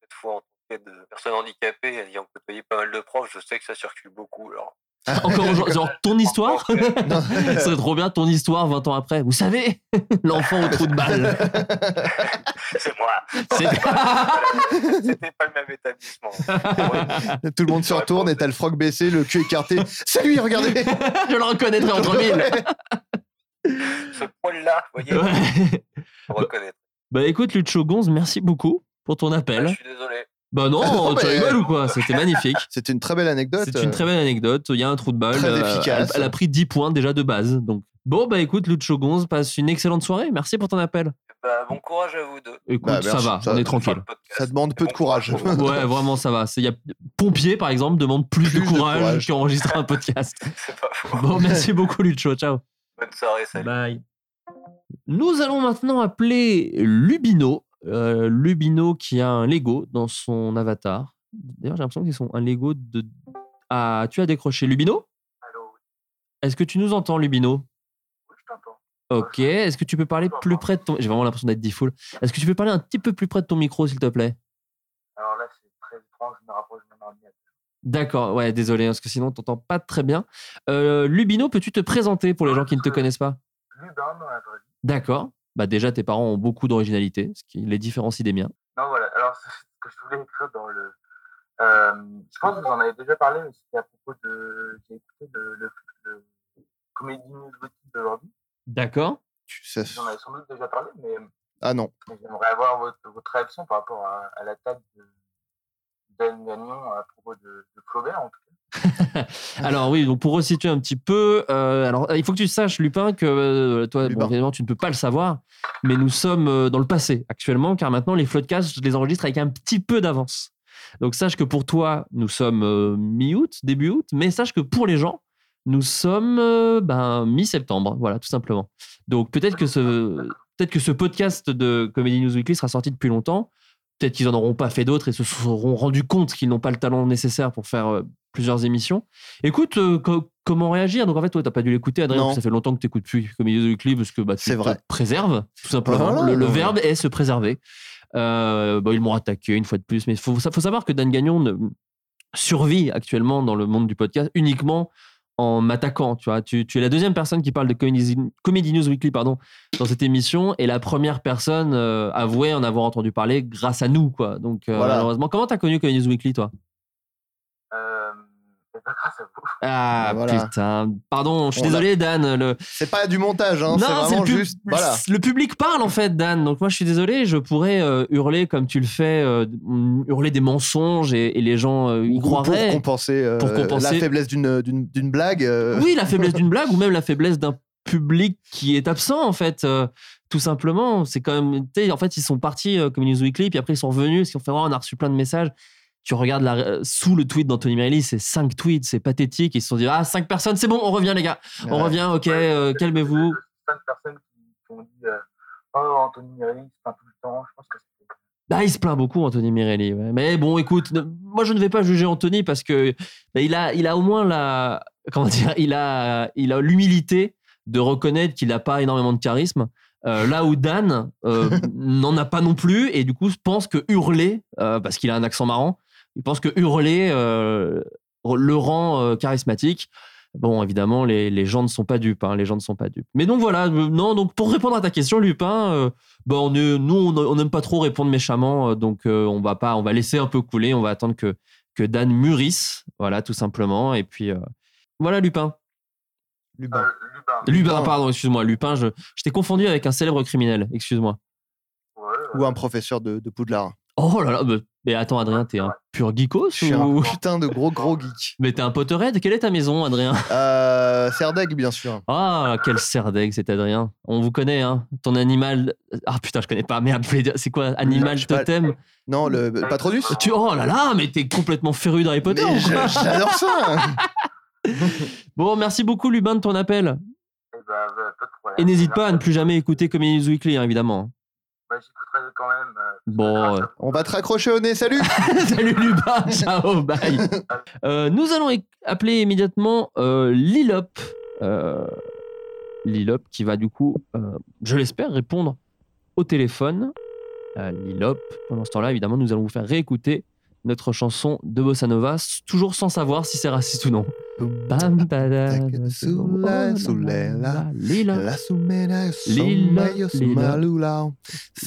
L: cette fois en tant qu'aide de personne handicapée, ayant côtoyé pas mal de profs, je sais que ça circule beaucoup. Alors,
A: Encore aujourd'hui, genre ton histoire Ce serait trop bien ton histoire 20 ans après. Vous savez, l'enfant au trou de balle.
L: c'est moi. Euh,
A: C'est-
L: C'était pas le même établissement. Ouais.
H: tout le monde se retourne et t'as le froc baissé, le cul écarté. C'est lui, regardez.
A: Je le reconnaîtrai entre mille.
L: Ce poil-là, vous voyez,
A: Ouais.
L: on reconnaît.
A: Bah écoute, Lucho Gonz, merci beaucoup pour ton
L: Ouais, je
A: appel.
L: suis désolé.
A: Bah non,
H: Non,
A: tu
H: mais-
A: rigoles ou quoi C'était magnifique.
H: C'est une très belle anecdote. euh,
A: C'est une très belle anecdote. Il y a un trou de balle.
H: Très
A: euh,
H: efficace.
A: Elle, elle a pris 10 points déjà de base. Donc. Bon, bah écoute, Lucho Gonz, passe une excellente soirée. Merci pour ton appel.
L: Bah, bon courage à vous deux.
A: Écoute,
H: Bah,
A: ça
H: merci,
A: va,
H: ça-
A: on est
L: Pour
A: tranquille.
L: le podcast.
H: Ça demande peu de
L: Bon
H: courage.
L: pour vous.
A: Ouais, vraiment, ça va. C'est- Y a... Pompier, par exemple, demande plus,
H: Plus
A: de
H: de
A: courage,
H: courage.
A: qu'enregistrer un podcast.
L: C'est pas faux.
A: Bon, merci beaucoup, Lucho. Ciao.
L: Bonne soirée, salut.
A: Bye. Nous allons maintenant appeler Lubino. Euh, Lubino qui a un Lego dans son avatar. D'ailleurs, j'ai l'impression qu'ils sont un Lego de. Ah, tu as décroché Lubino
L: Allô,
A: Est-ce que tu nous entends, Lubino
L: oui, je t'entends.
A: Ok. Est-ce que tu peux parler plus près de ton. J'ai vraiment l'impression d'être diffoul. Est-ce que tu peux parler un petit peu plus près de ton micro, s'il te plaît
L: Alors là, c'est très étrange, je me rapproche de mon ordinateur.
A: D'accord, ouais, désolé, hein, parce que sinon, t'entends pas très bien. Euh, Lubino, peux-tu te présenter pour les gens qui ne te connaissent pas
L: Lubin dans la vraie vie.
A: D'accord. Bah déjà, tes parents ont beaucoup d'originalité, ce qui les différencie des miens.
L: Non, voilà. Alors, ce que je voulais écrire dans le. Euh, je pense que vous en avez déjà parlé, mais c'était à propos de. J'ai écouté le, le, le Comédie News Boutique d'aujourd'hui.
A: D'accord.
H: Tu sais-
L: J'en avais sans doute déjà parlé, mais
H: Ah non.
L: mais j'aimerais avoir votre, votre réaction par rapport à, à l'attaque de d'Anne Gagnon à propos de, de Flaubert, en tout cas.
A: Alors oui, donc pour resituer un petit peu, euh, alors il faut que tu saches, Lupin, que euh, toi,
H: Lupin.
A: bon, évidemment, tu ne peux pas le savoir, mais nous sommes euh, dans le passé actuellement, car maintenant les floodcasts, je les enregistre avec un petit peu d'avance. Donc sache que pour toi, nous sommes euh, mi-août, début août, mais sache que pour les gens, nous sommes euh, ben, mi-septembre, voilà, tout simplement. Donc peut-être que ce peut-être que ce podcast de Comedy News Weekly sera sorti depuis longtemps. Peut-être qu'ils n'en auront pas fait d'autres et se seront rendus compte qu'ils n'ont pas le talent nécessaire pour faire euh, plusieurs émissions. Écoute, euh, co- comment réagir Donc en fait, toi, t'as pas dû l'écouter, Adrien,
H: Non.
A: parce que ça fait longtemps que t'écoutes plus Comedy News Weekly parce que bah, tu
H: C'est
A: te
H: vrai.
A: préserves, tout simplement.
H: Voilà,
A: le le
H: non, mais-
A: verbe est se préserver. Euh, bon, ils m'ont attaqué une fois de plus, mais il faut, sa- faut savoir que Dan Gagnon ne- survit actuellement dans le monde du podcast uniquement en m'attaquant. Tu, vois. Tu, tu es la deuxième personne qui parle de Comedy, Comedy News Weekly pardon, dans cette émission et la première personne euh, avouée en avoir entendu parler grâce à nous. Quoi. Donc, euh,
H: Voilà.
A: malheureusement, comment t'as connu Comedy News Weekly, toi
L: Euh, et pas grâce à vous.
A: Ah,
H: Bah, Voilà.
A: putain. Pardon, je suis
H: On l'a-
A: désolé, Dan. Le,
H: C'est pas du montage. Hein. C'est
A: non, c'est le,
H: vraiment
A: pub-
H: juste. Voilà.
A: le public parle en fait, Dan. Donc moi, je suis désolé, je pourrais euh, hurler comme tu le fais, euh, hurler des mensonges et, et les gens euh, y
H: Ou Pour
A: croiraient.
H: compenser, euh,
A: Pour compenser.
H: la faiblesse d'une- d'une d'une blague. euh,
A: Oui, la faiblesse d'une blague ou même la faiblesse d'un public qui est absent en fait. euh, tout simplement, c'est quand même. tu sais, En fait, ils sont partis euh, comme News Weekly, puis après ils sont revenus, ils ont fait voir, on a reçu plein de messages. Tu regardes la- euh, sous le tweet d'Anthony Mailly, c'est 5 tweets, c'est pathétique. Ils se sont dit, ah, 5 personnes, c'est bon, on revient les gars, on
H: ouais.
A: revient, ok, euh, calmez-vous.
L: Plein de personnes qui, qui ont dit euh, Oh, Anthony Mireille, c'est pas tout le temps. Je pense que c'était.
A: Bah, il se plaint beaucoup, Anthony Mirelli. ouais. Mais bon, écoute, ne- moi je ne vais pas juger Anthony parce que bah, il a, il a au moins la, comment dire, il a, il a l'humilité de reconnaître qu'il n'a pas énormément de charisme. euh, là où Dan euh, n'en a pas non plus et du coup pense que hurler, euh, parce qu'il a un accent marrant, il pense que hurler euh, le rend euh, charismatique. Bon, évidemment, les, les gens ne sont pas dupes. hein, les gens ne sont pas dupes. Mais donc voilà, euh, non, donc pour répondre à ta question, Lupin, euh, bah, on est- nous, on on n'aime pas trop répondre méchamment, euh, donc euh, on va pas, on va laisser un peu couler, on va attendre que, que Dan mûrisse, voilà, tout simplement. Et puis euh, voilà, Lupin.
H: Lubin.
L: Euh, Lubin.
A: Lupin,
H: Lupin.
A: pardon, excuse-moi, Lupin, je, je t'ai confondu avec un célèbre criminel, excuse-moi.
L: Ouais, euh,
H: Ou un professeur de, de Poudlard.
A: Oh là là, mais, mais attends, Adrien, t'es un pur geekos
H: Je suis un
A: ou...
H: putain de gros gros geek.
A: Mais t'es un Potterhead Quelle est ta maison, Adrien
H: Euh, Serdeg, bien sûr.
A: Ah, quel serdeg c'est Adrien. On vous connaît, hein. Ton animal. Ah putain, je connais pas. Merde, je voulais dire- c'est quoi Animal
H: Je sais pas.
A: totem
H: Non, le le Patronus
A: tu, Oh là là, mais t'es complètement féru d'Harry Potter
H: Mais
A: ou quoi
H: je- J'adore ça
A: Bon, merci beaucoup, Lubin, de ton appel.
L: Eh ben, ben, pas de problème.
A: Et n'hésite pas à ne
L: Merci.
A: plus jamais écouter Comedy News Weekly, hein, évidemment.
L: Bah, J'écouterai quand même. euh,
A: Bon, euh,
H: On va te raccrocher au nez, salut
A: salut Lubin, ciao, bye. Euh, nous allons é- appeler immédiatement euh, Lilop. Euh, Lilop qui va du coup, euh, je l'espère, répondre au téléphone. Euh, Lilop, pendant ce temps-là, évidemment, nous allons vous faire réécouter notre chanson de Bossa Nova, s- toujours sans savoir si c'est raciste ou non. Bam, oh, badam,
H: Sous la- sous la- la-
A: Lilop.
H: La soumena,
A: Lila,
H: sommeil,
A: Lila.
H: soumalula.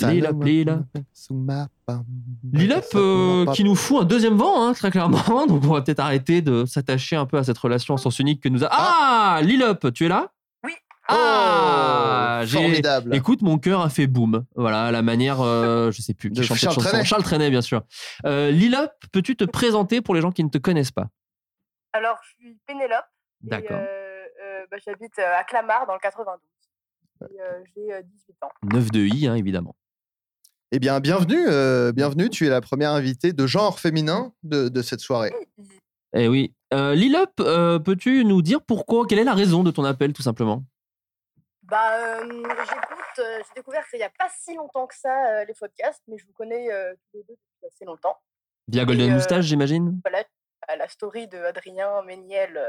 A: Lila, Lila.
H: Soumapam.
A: Lilop euh, qui nous fout un deuxième vent, hein, très clairement. Donc on va peut-être arrêter de s'attacher un peu à cette relation en sens unique que nous a. Ah, Lilop, tu es là
K: Oui.
A: Ah,
H: Oh,
A: j'ai-
H: formidable.
A: Écoute, mon cœur a fait boum. Voilà, à la manière, euh, je sais plus, qui
H: De
A: chante
H: Charles
A: cette chanson.
H: Trenet.
A: Charles Trenet, bien sûr. Euh, Lilop, peux-tu te présenter pour les gens qui ne te connaissent pas
M: Alors, je suis Pénélope. et,
A: D'accord.
M: euh, euh, bah, J'habite euh, à Clamart, dans le 92. Et, euh, J'ai euh, 18 ans.
A: 9 de I, hein, évidemment.
H: Eh bien, bienvenue, euh, bienvenue. Tu es la première invitée de genre féminin de, de cette soirée.
A: Eh oui. Euh, Lilop, euh, peux-tu nous dire pourquoi Quelle est la raison de ton appel, tout simplement
M: Bah, euh, j'écoute, euh, j'ai découvert qu'il n'y a pas si longtemps que ça euh, les podcasts, mais je vous connais euh, tous les deux depuis assez longtemps.
A: Via Golden
M: Et, euh,
A: Moustache, j'imagine
M: Voilà, à la story de Adrien Méniel euh,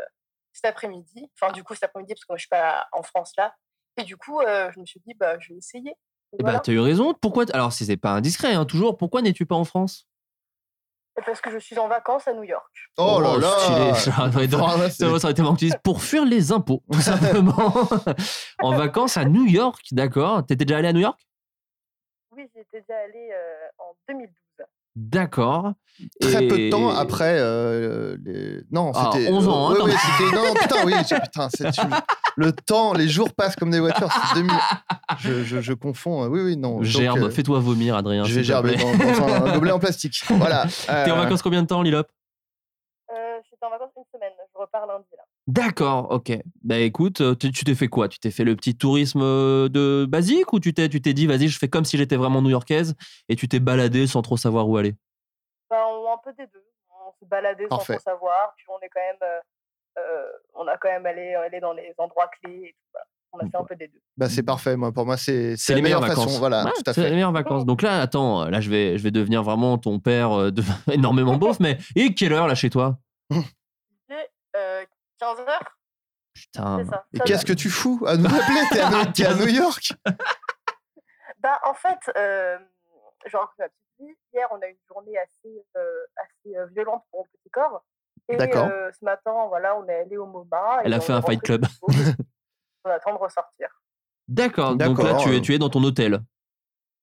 M: cet après-midi. Enfin, du coup, cet après-midi, parce que moi, je suis pas en France là. Et du coup, euh, je me suis dit, bah, je vais essayer. Et
A: Eh
M: voilà.
A: ben, t'as eu raison. Pourquoi t- Alors, si c'est pas indiscret, hein, toujours, pourquoi n'es-tu pas en France
M: Et Parce que je suis en vacances à New York.
H: Oh, là là
A: stylé. Ça aurait été-
H: Ah, là, c'est-
A: ça aurait été marrant que tu dises pour fuir les impôts, tout simplement. en vacances à New York, d'accord. T'étais déjà allé à New York
M: Oui, j'y étais déjà allée euh, en 2012.
A: D'accord.
H: Très
A: Et-
H: peu de temps après. euh, les... Non,
A: Ah,
H: c'était. euh,
A: 11 ans, hein,
H: Ouais,
A: quand
H: ouais,
A: même.
H: c'était- Non, putain, oui. c'est- Putain, c'est- tu- Le temps, les jours passent comme des voitures. C'est 2000. Je, je, je confonds. euh, Oui, oui, non. donc,
A: Gerbe,
H: euh,
A: fais-toi vomir, Adrien.
H: Je
A: s'il
H: vais
A: te
H: gerber
A: plaît.
H: dans, dans un, un gobelet en plastique. Voilà.
A: T'es en
H: Euh,
A: vacances combien de temps, Lilop
M: Euh, j'étais en vacances une semaine. Je repars lundi. Là.
A: D'accord, ok. Bah écoute, euh, tu tu t'es fait quoi Tu t'es fait le petit tourisme euh, de basique ou tu t'es tu t'es dit vas-y, je fais comme si j'étais vraiment new-yorkaise et tu t'es baladé sans trop savoir où aller
M: Ben, on, un peu des deux. On se baladait sans
H: Parfait.
M: trop savoir. Puis on est quand même, euh, euh, on a quand même allé, allé dans les endroits clés. Et tout, voilà. On a fait un peu des deux.
H: bah, c'est parfait. Moi, pour moi, c'est c'est
A: C'est
H: la
A: les meilleures
H: meilleure façon.
A: vacances.
H: Voilà,
A: Ouais,
H: tout à
A: c'est les
H: fait.
A: meilleures vacances. Donc là, attends, là, je vais, je vais devenir vraiment ton père euh, de... énormément beauf, mais et quelle heure là chez toi
M: Et, euh, 15 heures,
A: Putain.
M: c'est ça.
H: Et
M: Ça
H: qu'est-ce que tu fous à nous appeler T'es à, New- t'es à New York
M: va. Ben, en fait, euh, genre, je l'ai dit, hier, on a eu une journée assez, euh, assez euh, violente pour le petit corps. Et
H: D'accord.
M: euh, ce matin, voilà, on est allé au MoMA. et
A: Elle a
M: on
A: fait
M: est
A: un fight
M: rentré
A: club.
M: plus tôt. on attend de ressortir.
A: D'accord. Donc
H: D'accord,
A: là, tu es,
H: euh.
A: tu es dans ton hôtel.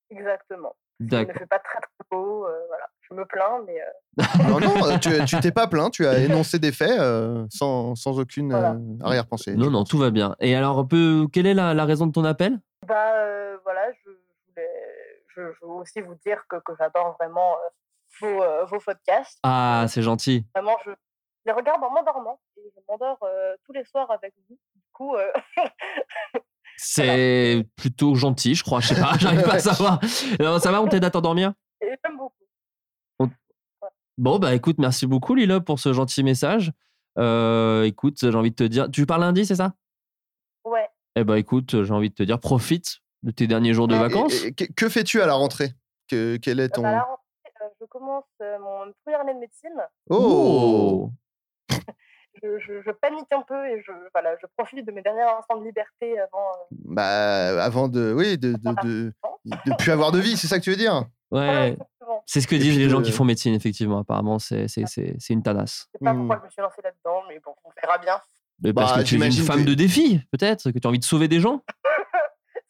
M: Exactement. Il ne
A: D'accord.
M: fait pas très très beau. euh, voilà. Je me plains, mais euh,
H: Non, non, euh, tu tu t'es pas plaint. Tu as énoncé des faits euh, sans, sans aucune
M: Voilà.
H: euh, arrière-pensée.
A: Non, non, tout va bien. Et alors, un peu, quelle est la, la raison de ton appel
M: bah, euh, voilà, je, je voulais, je, je veux aussi vous dire que, que j'adore vraiment euh, vos, euh, vos podcasts.
A: Ah, c'est gentil.
M: Vraiment, je les regarde en m'endormant et je m'endors euh, tous les soirs avec vous. Du coup, euh,
A: C'est plutôt gentil, je crois. Je sais pas, j'arrive pas à savoir. Non, ça va, on t'aide à t'endormir
M: et j'aime beaucoup.
A: Bon, bah écoute, merci beaucoup, Lila, pour ce gentil message. Euh, écoute, j'ai envie de te dire. Tu parles lundi, c'est ça
M: Ouais.
A: Eh ben écoute, j'ai envie de te dire, profite de tes derniers jours de
H: Ah, Et-
A: vacances.
H: et- et que que fais-tu à la rentrée Que- Quel est
M: Bah,
H: ton.
N: Ah,
M: à la rentrée, euh, je commence euh, mon première année de médecine.
H: Oh
M: Je, je- je panique un peu et je, voilà, je profite de mes derniers instants de liberté avant. euh,
H: Bah, avant de. Oui, de. de, de, de plus avoir de vie, c'est ça que tu veux dire
M: voilà,
A: Oh. Ouais,
M: exactement.
A: c'est ce que
H: Et
A: disent
H: puis,
A: les gens
H: euh,
A: qui font médecine, effectivement. Apparemment, c'est c'est- c'est- c'est une tanasse.
M: Je sais pas
H: Hmm.
M: pourquoi je me suis lancée là-dedans, mais bon, on verra bien.
A: Mais parce
H: Bah,
A: que tu es une
H: j'imagine
A: femme
H: que-
A: de défi, peut-être, que tu as envie de sauver des gens.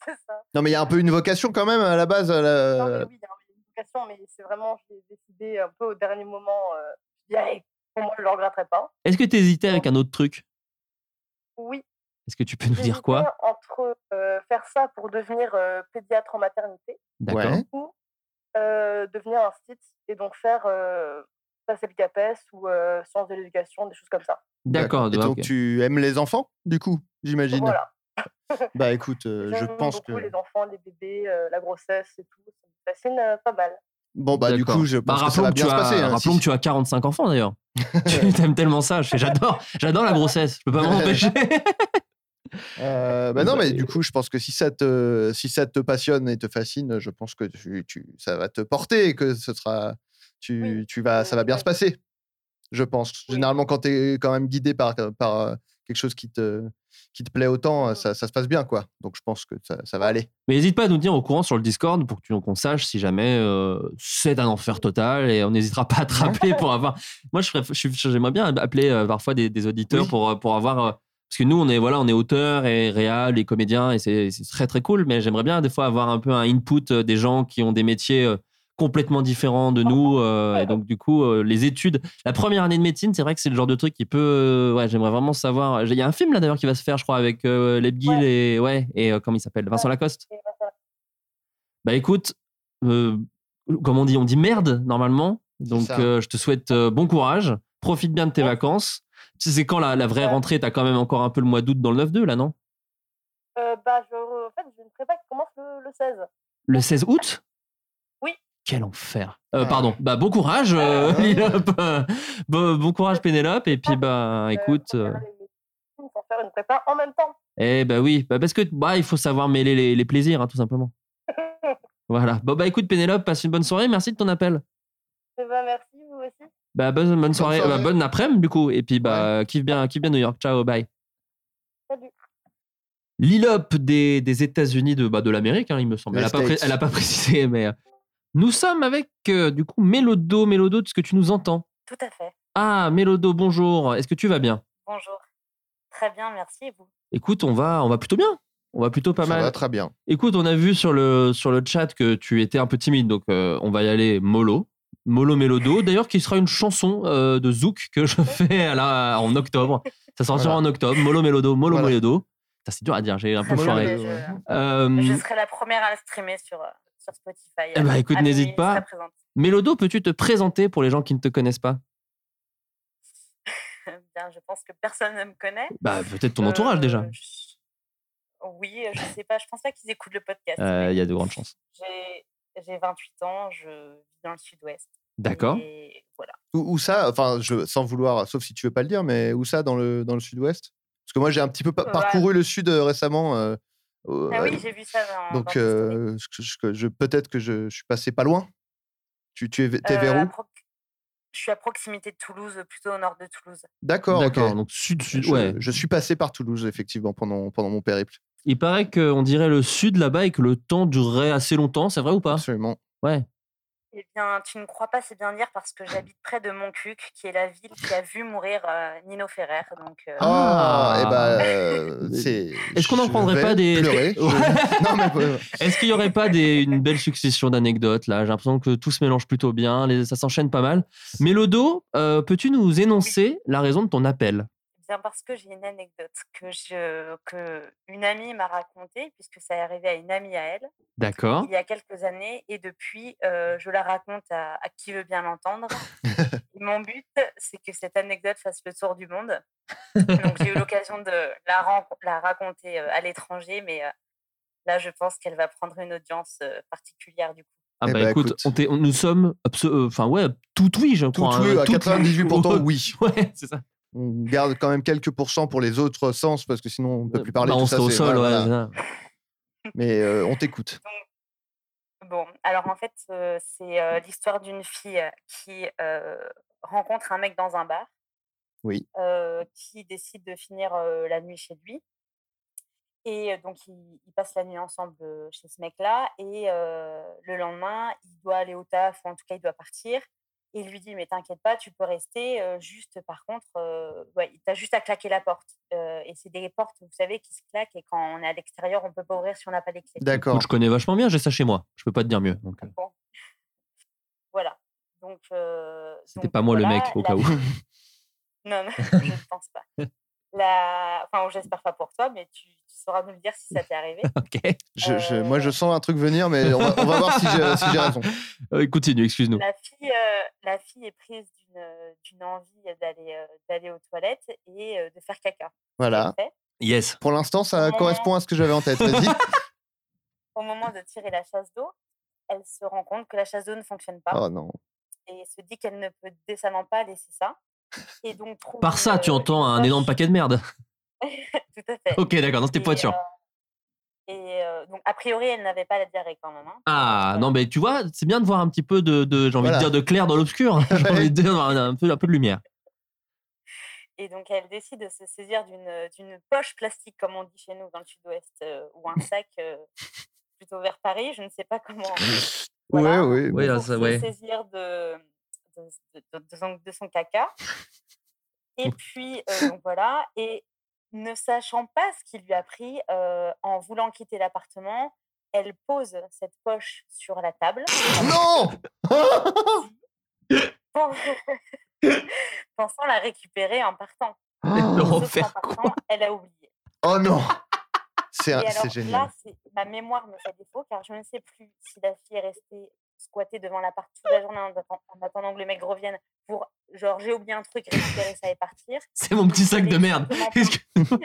M: C'est ça.
H: Non, mais il y a un peu une vocation quand même à la base. à la-
A: Euh,
M: Non, mais oui, il y a une éducation, mais c'est vraiment, j'ai décidé un peu au dernier moment, euh, je dis, allez, pour moi, je ne le regretterai pas.
A: Est-ce que tu hésitais avec un autre truc
M: Oui,
A: Est-ce que tu peux nous dire
M: j'hésitais
A: quoi
M: entre euh, faire ça pour devenir euh, pédiatre en maternité
A: D'accord.
H: Ouais.
M: ou euh, devenir un site et donc faire euh, passer le CAPES ou euh, sciences de l'éducation, des choses comme ça.
A: D'accord. bah,
H: Et donc
A: ok.
H: tu aimes les enfants, du coup, j'imagine.
M: Voilà.
H: Bah écoute, euh, je
M: J'aime
H: pense que.
M: beaucoup les enfants, les bébés, euh, la grossesse et tout. Ça me fascine euh, pas mal.
H: Bon bah du
A: D'accord.
H: coup, je
A: Bah,
H: pense que ça
A: rappelons
H: va
A: que tu
H: bien se
A: as-
H: passer. hein,
A: rappelons
H: si-
A: que tu as 45 enfants d'ailleurs. tu t'aimes tellement ça. Je fais, j'adore, j'adore la grossesse. Je peux pas m'en empêcher.
H: Euh, bah non, mais du coup, je pense que si ça te, si ça te passionne et te fascine, je pense que tu, tu- ça va te porter et que ce sera, tu, tu vas, ça va bien se passer. Je pense. Généralement, quand tu es quand même guidé par, par euh, quelque chose qui te, qui te plaît
M: Mmh.
H: autant, ça, ça se passe bien, quoi. Donc, je pense que ça, ça va aller.
A: Mais n'hésite pas à nous tenir au courant sur le Discord pour que tu- qu'on sache si jamais euh, c'est un enfer total et on n'hésitera pas à attraper pour avoir. Moi, je ferais- je suis- j'aimerais bien appeler euh, parfois des, des auditeurs pour, euh, pour avoir. euh, parce que nous, on est, voilà, on est auteur et réal et comédien et c'est c'est très très cool, mais j'aimerais bien des fois avoir un peu un input euh, des gens qui ont des métiers euh, complètement différents de nous. euh, et donc, du coup, euh, les études. La première année de médecine, c'est vrai que c'est le genre de truc qui peut. euh, ouais, j'aimerais vraiment savoir. Il y a un film là d'ailleurs qui va se faire, je crois, avec euh, Lebguil et. Ouais, et euh, comment il s'appelle Vincent Lacoste bah écoute, euh, comme on dit, on dit merde normalement. Donc
O: ça.
A: euh, je te souhaite euh, bon courage. Profite bien de tes vacances. Tu sais quand la, la vraie rentrée T'as quand même encore un peu le mois d'août dans le 9-2 là, non
M: Euh, bah, je, en fait, j'ai une prépa qui commence le, le 16.
A: Le 16 août
M: Oui.
A: Quel enfer. Euh, Pardon. Bah bon courage, euh, Lilope. Euh, Bon, bon courage, Pénélope. Et puis bah écoute. euh,
M: Il faut faire une prépa en même temps.
A: eh bah oui, bah parce que bah, il faut savoir mêler les, les plaisirs, hein, tout simplement. Voilà. Bon bah écoute, Pénélope, passe une bonne soirée. Merci de ton appel.
M: Eh ben, merci, vous aussi.
A: Bah, bonne, bonne soirée,
M: soirée.
A: Bah, bonne après-midi du coup, et puis bah, kiffe, bien, kiffe bien New York, ciao, bye.
M: Salut.
A: Lilop des, des États-Unis, de, bah, de l'Amérique, hein, il me semble.
O: Les
A: Elle a, pas pré-
O: States.
A: elle a pas précisé, mais. euh, Nous sommes avec, euh, du coup, Mélodo. Mélodo, est-ce que tu nous entends
N: Tout à fait.
A: Ah, Mélodo, bonjour. Est-ce que tu vas bien
N: Bonjour. Très bien, merci. Et vous
A: Écoute, on va, on va plutôt bien. On va plutôt pas mal.
H: va très bien.
A: Écoute, on a vu sur le, sur le chat que tu étais un peu timide, donc euh, on va y aller mollo. Molo Mélodo, d'ailleurs, qui sera une chanson euh, de Zouk que je fais à la- en octobre. Ça sortira
N: Voilà.
A: en octobre. Molo Mélodo, Molo Mélodo. Putain, C'est dur à dire, j'ai un peu
N: Très bien,
A: foiré.
N: mais je-
A: Euh,
H: Mmh.
N: Je serai la première à le streamer sur, euh, sur Spotify.
A: eh ben, écoute,
N: À minuit,
A: n'hésite
N: je
A: pas.
N: serai présente.
A: Mélodo, peux-tu te présenter pour les gens qui ne te connaissent pas
N: Bien, je pense que personne ne me connaît.
A: Bah, peut-être ton entourage déjà.
N: Oui, euh, je sais pas, je pense pas qu'ils écoutent le podcast.
H: Euh,
A: Euh, Il y a de grandes chances.
N: J'ai j'ai 28 ans, je vis dans le sud-ouest.
H: D'accord.
N: Et voilà.
H: Où, où ça Enfin, je, sans vouloir, sauf si tu veux pas le dire, mais où ça dans le, dans le sud-ouest Parce que moi, j'ai un petit peu pa-
N: Ouais.
H: parcouru le sud euh, récemment. euh, au-
N: Ah
H: euh,
N: oui, j'ai vu ça dans. dans
H: Donc,
N: tes
H: euh, je, je- je- peut-être que je, je suis passé pas loin. Tu, tu es, t'es
N: Euh,
H: vers
N: à
H: où
N: pro- Je suis à proximité de Toulouse, plutôt au nord de Toulouse.
H: D'accord.
A: D'accord,
H: ok.
A: donc sud-sud.
H: Je,
A: ouais. Ah.
H: je suis passé par Toulouse, effectivement, pendant, pendant mon périple.
A: Il paraît qu'on dirait le sud là-bas et que le temps durerait assez longtemps, c'est vrai ou pas
H: Absolument.
A: Ouais.
N: Eh bien, tu ne crois pas, c'est bien dire, parce que j'habite près de Montcuq, qui est la ville qui a vu mourir euh, Nino Ferrer. Donc, euh,
H: Ah, eh ben, euh, c'est.
A: Est-ce qu'on n'en prendrait
H: vais
A: pas des.
H: pleurer, je- Non, mais. euh,
A: Est-ce qu'il n'y aurait pas des- une belle succession d'anecdotes là J'ai l'impression que tout se mélange plutôt bien, les- ça s'enchaîne pas mal. Mais Lodo, euh, peux-tu nous énoncer la raison de ton appel
N: eh bien parce que j'ai une anecdote que, je, que une amie m'a racontée, puisque ça est arrivé à une amie à elle,
A: D'accord.
N: il y a quelques années, et depuis, euh, je la raconte à, à qui veut bien l'entendre. Et Mon but, c'est que cette anecdote fasse le tour du monde. Donc, j'ai eu l'occasion de la, ran- la raconter euh, à l'étranger, mais euh, là, je pense qu'elle va prendre une audience euh, particulière du coup.
A: Ah
H: Eh
A: bah
H: ben,
A: écoute, on t'est- on- nous sommes abso- euh, enfin ouais, tout oui je
H: Tout
A: crois.
H: oui,
A: hein,
H: à
A: tout
H: 98% oui.
A: ouais, c'est ça.
H: On garde quand même quelques pourcents pour les autres sens parce que sinon on ne peut plus parler.
A: Bah,
H: tout
A: on
H: ça,
A: serait au
H: c'est-
A: sol,
H: voilà,
A: ouais,
H: voilà. Mais euh, on t'écoute.
N: Bon, alors en fait, euh, c'est euh, l'histoire d'une fille qui euh, rencontre un mec dans un bar,
H: Oui.
N: euh, qui décide de finir euh, la nuit chez lui. Et euh, donc, ils, ils passent la nuit ensemble euh, chez ce mec-là. Et euh, le lendemain, il doit aller au taf, ou en tout cas, il doit partir. Et il lui dit, mais t'inquiète pas, tu peux rester. euh, juste, par contre, euh, ouais, t'as juste à claquer la porte. Euh, et c'est des portes, vous savez, qui se claquent. Et quand on est à l'extérieur, on peut pas ouvrir si on n'a pas les clés.
A: Écoute, je connais vachement bien, j'ai ça chez moi. Je peux pas te dire mieux. Donc, euh,
N: Voilà. Donc, euh,
A: c'était pas moi le mec au cas où.
N: non, non, je ne pense pas. la... Enfin, j'espère pas pour toi, mais tu, tu sauras nous le dire si ça t'est arrivé.
H: Je- je- moi, je sens un truc venir, mais on va, on va voir si j'ai si j'ai raison.
A: Euh, continue, excuse-nous.
N: La fille, euh, la fille est prise d'une- d'une envie d'aller euh, d'aller aux toilettes et euh, de faire caca.
H: Voilà.
O: Yes.
H: Pour l'instant, ça correspond à ce que j'avais en tête. Vas-y.
N: Au moment de tirer la chasse d'eau, elle se rend compte que la chasse d'eau ne fonctionne pas
H: Oh non.
N: et se dit qu'elle ne peut décemment pas laisser ça. Et donc trouve
A: Par ça,
N: une-
A: tu entends un énorme paquet de merde.
N: Tout à fait.
A: Ok, d'accord, non, c'était pour être sûr.
N: Et euh, donc, a priori, elle n'avait pas la diarrhée quand même. hein.
A: Ah, non, mais tu vois, c'est bien de voir un petit peu de, de- j'ai envie
H: Voilà.
A: de dire, de clair dans l'obscur. hein. j'ai envie de dire, un, un peu, un peu de lumière.
N: Et donc, elle décide de se saisir d'une euh, d'une poche plastique, comme on dit chez nous dans le sud-ouest, euh, ou un sac euh, plutôt vers Paris. Je ne sais pas comment.
H: Ouais, oui.
A: Oui, là,
N: pour
A: ça,
N: se
A: ouais.
N: saisir de, de, de- de son, de son caca. Et puis, euh, donc voilà, et ne sachant pas ce qui lui a pris, euh, en voulant quitter l'appartement, elle pose cette poche sur la table.
H: Non
N: Pen- Pensant la récupérer en partant.
H: le
N: Sauf qu'en
H: refaire
N: partant, Elle a oublié.
H: Oh non
N: Et
H: C'est un-
N: alors
H: c'est génial.
N: là, c'est- ma mémoire me fait défaut car je ne sais plus si la fille est restée squattée devant l'appart toute la journée en, atten- en attendant que le mec revienne pour genre j'ai oublié un truc, récupérer ça et partir.
A: C'est mon petit sac de merde. Est-ce que-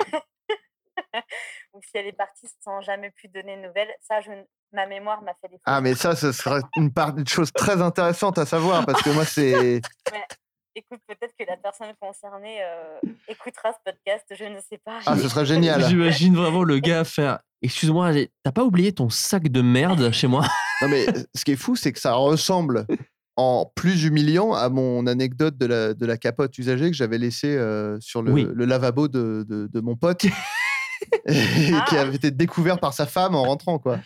N: Ou si elle est partie sans jamais plus donner de nouvelles. Ça, je, ne- ma mémoire m'a fait défaut.
H: Ah, mais ça, ce sera une, part, une chose très intéressante à savoir parce que moi, c'est.
N: Mais écoute, peut-être que la personne concernée euh, écoutera ce podcast, je ne sais pas.
H: Ah, ce serait génial.
A: J'imagine vraiment le gars faire. Excuse-moi, j'ai- t'as pas oublié ton sac de merde chez moi
H: Non, mais euh, ce qui est fou, c'est que ça ressemble en plus humiliant à mon anecdote de la, de la capote usagée que j'avais laissée euh, sur le,
A: Oui.
H: le lavabo de, de- de mon pote. Et qui avait été découvert par sa femme en rentrant, quoi.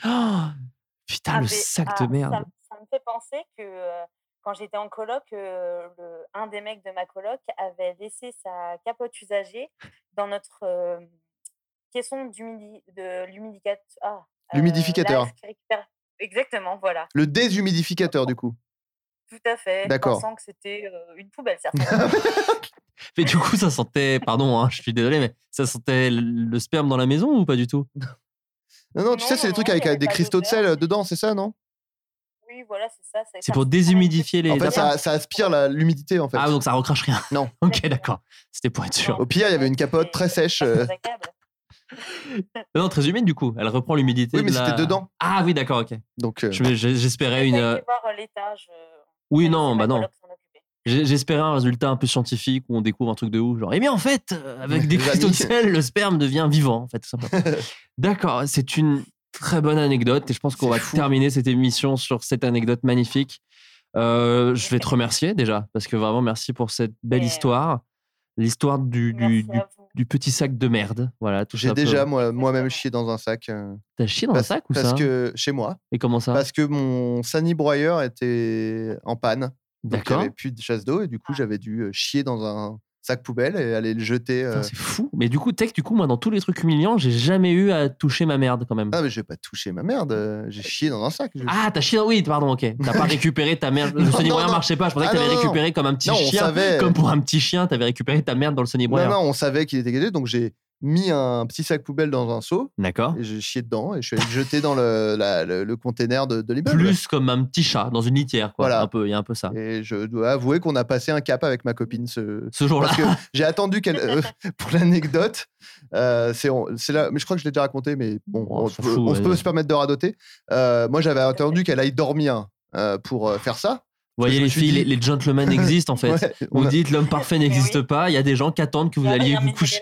A: Putain,
N: Ah,
A: le
N: mais-
A: sac
N: ah,
A: de
N: ça
A: merde.
N: me- Ça, me fait penser que euh, quand j'étais en coloc, euh, le- un des mecs de ma coloc avait laissé sa capote usagée dans notre euh, caisson d'humidi- de l'humidicat- ah, euh,
H: L'humidificateur.
N: l'air qui récupère- Exactement, voilà.
H: Le déshumidificateur, du coup.
N: Tout à fait.
H: D'accord.
N: Pensant que c'était euh, une poubelle, certainement.
A: Mais du coup, ça sentait. Pardon, hein, je suis désolé, mais ça sentait le- le sperme dans la maison ou pas du tout
H: Non, non, tu sais, c'est des trucs avec, avec des cristaux de sel euh, dedans, c'est ça, non
N: oui, voilà, c'est ça.
A: C'est pour déshumidifier les.
H: En fait,
A: affaires
H: ça, ça aspire la- l'humidité, en fait.
A: Ah, donc ça recrache rien.
H: Non.
A: ok, d'accord. C'était pour être sûr.
H: Au pire, il y avait une capote très sèche. euh,
A: Non, non, très humide du coup. Elle reprend l'humidité.
H: Oui, mais
A: de la-
H: c'était dedans.
A: Ah oui, d'accord, ok.
H: Donc, euh,
A: Je- je- j'espérais une. euh,
N: Allez voir l'étage. euh,
A: Oui, non, bah non.
N: coloc s'en
A: J'ai- J'espérais un résultat un peu scientifique où on découvre un truc de ouf. Genre, eh bien en fait, euh, avec des
H: Les
A: cristaux
H: amis.
A: de sel, le sperme devient vivant, en fait, tout simplement. D'accord, c'est une très bonne anecdote et je pense qu'on va terminer cette émission sur cette anecdote magnifique. Euh, je vais te remercier déjà parce que vraiment merci pour cette belle histoire, l'histoire du, du, du- du petit sac de merde. Voilà, tout
H: J'ai
A: ça peut-
H: déjà moi- moi-même chié dans un sac. euh,
A: T'as chié dans
H: parce-
A: un sac ou
H: parce
A: ça
H: que chez moi.
A: Et comment ça
H: Parce que mon Sani broyeur était en panne. Donc
A: D'accord. Ah.
H: j'avais plus de chasse d'eau et du coup j'avais dû euh, chier dans un sac poubelle et aller le jeter. euh.
A: C'est fou. Mais du coup, tech, du coup, moi, dans tous les trucs humiliants, j'ai jamais eu à toucher ma merde quand même.
H: Ah mais j'ai pas touché ma merde, euh, j'ai chié dans un sac. je-
A: Ah, t'as chié Oui, pardon, ok. T'as pas récupéré ta merde. Le
H: Non,
A: Sony
H: non,
A: Broyer
H: non.
A: marchait pas. Je pensais
H: Ah,
A: que t'avais
H: non, non,
A: récupéré
H: non.
A: comme un petit
H: Non, on
A: chien.
H: savait.
A: Comme pour un petit chien, t'avais récupéré ta merde dans le Sony Broyer.
H: Non, non, on savait qu'il était gâté, donc j'ai mis un petit sac poubelle dans un seau.
A: D'accord.
H: Et j'ai chié dedans et je suis allé le jeter dans le, la- le, le container de, de l'immeuble.
A: Plus comme un petit chat dans une litière, quoi.
H: Voilà.
A: Un peu, il y a un peu ça.
H: Et je dois avouer qu'on a passé un cap avec ma copine ce,
A: Ce jour-là.
H: Parce que j'ai attendu qu'elle. euh, pour l'anecdote, euh, c'est on- c'est là. Mais je crois que je l'ai déjà raconté, mais bon, on,
A: Oh, s'en
H: peut,
A: fout,
H: on
A: ouais,
H: peut
A: ouais.
H: se permettre de radoter. Euh, moi, j'avais attendu qu'elle aille dormir euh, pour euh, faire ça.
A: Vous voyez,
H: Je me
A: les
H: suis
A: filles,
H: dit-
A: les, les gentlemen existent, en fait.
H: Ouais,
A: vous
H: on a-
A: dites, l'homme parfait n'existe pas. Il y a des gens qui attendent que vous alliez vous coucher.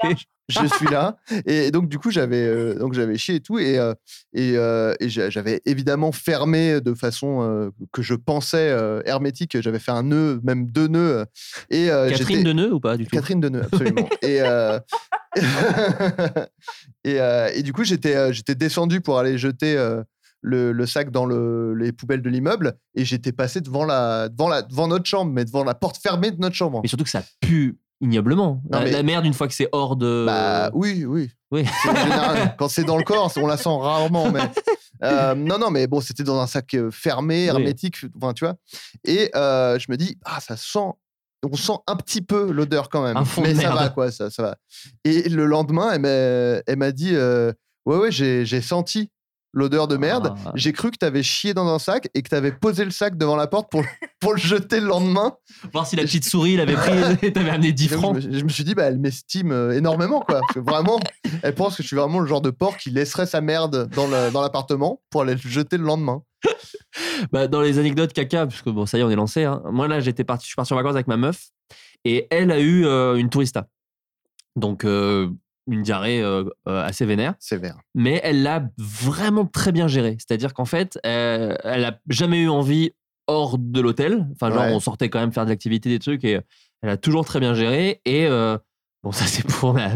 H: je suis là. Et donc, du coup, j'avais euh, donc j'avais chié et tout. Et, euh, et, euh, et j'a- j'avais évidemment fermé de façon euh, que je pensais euh, hermétique. J'avais fait un nœud, même deux nœuds. euh, Et, euh,
A: Catherine
H: j'étais-
A: Deneuve ou pas du tout
H: Catherine Deneuve, absolument. et, euh, et, euh, et du coup, j'étais euh, j'étais descendu pour aller jeter euh, le, le sac dans le- les poubelles de l'immeuble et j'étais passé devant, la, devant, la, devant notre chambre, mais devant la porte fermée de notre chambre.
A: Mais surtout que ça pue ignoblement.
H: Non,
A: la,
H: mais-
A: la merde, une fois que c'est hors de.
H: Bah oui, oui.
A: Oui.
H: C'est en général, quand c'est dans le corps, on la sent rarement. Mais... Euh, non, non, mais bon, c'était dans un sac euh, fermé, hermétique, enfin, tu vois. Et euh, je me dis, ah, ça sent on sent un petit peu l'odeur quand même.
A: Un fond de
H: mais ça
A: merde.
H: va, quoi, ça, ça va. Et le lendemain, elle m'a- elle m'a dit euh, Ouais, ouais, j'ai j'ai senti l'odeur de
A: Ah.
H: merde. J'ai cru que t'avais chié dans un sac et que t'avais posé le sac devant la porte pour, pour le jeter le lendemain.
A: Voir si la petite souris l'avait prise et t'avais amené 10
H: Et donc,
A: francs.
H: Je me, je me suis dit, bah, elle m'estime euh, énormément, quoi. Parce que vraiment, elle pense que je suis vraiment le genre de porc qui laisserait sa merde dans le- dans l'appartement pour aller le jeter le lendemain.
A: Bah, dans les anecdotes caca, parce que bon, ça y est, on est lancé. hein. Moi, là, j'étais parti, je suis parti en vacances avec ma meuf et elle a eu euh, une tourista. Donc, euh, une diarrhée euh, euh, assez vénère.
H: Sévère.
A: Mais elle l'a vraiment très bien gérée. C'est-à-dire qu'en fait, euh, elle a jamais eu envie hors de l'hôtel. Enfin, genre,
H: Ouais.
A: on sortait quand même faire de l'activité, des trucs et elle a toujours très bien géré. Et euh, bon, ça, c'est pour ma.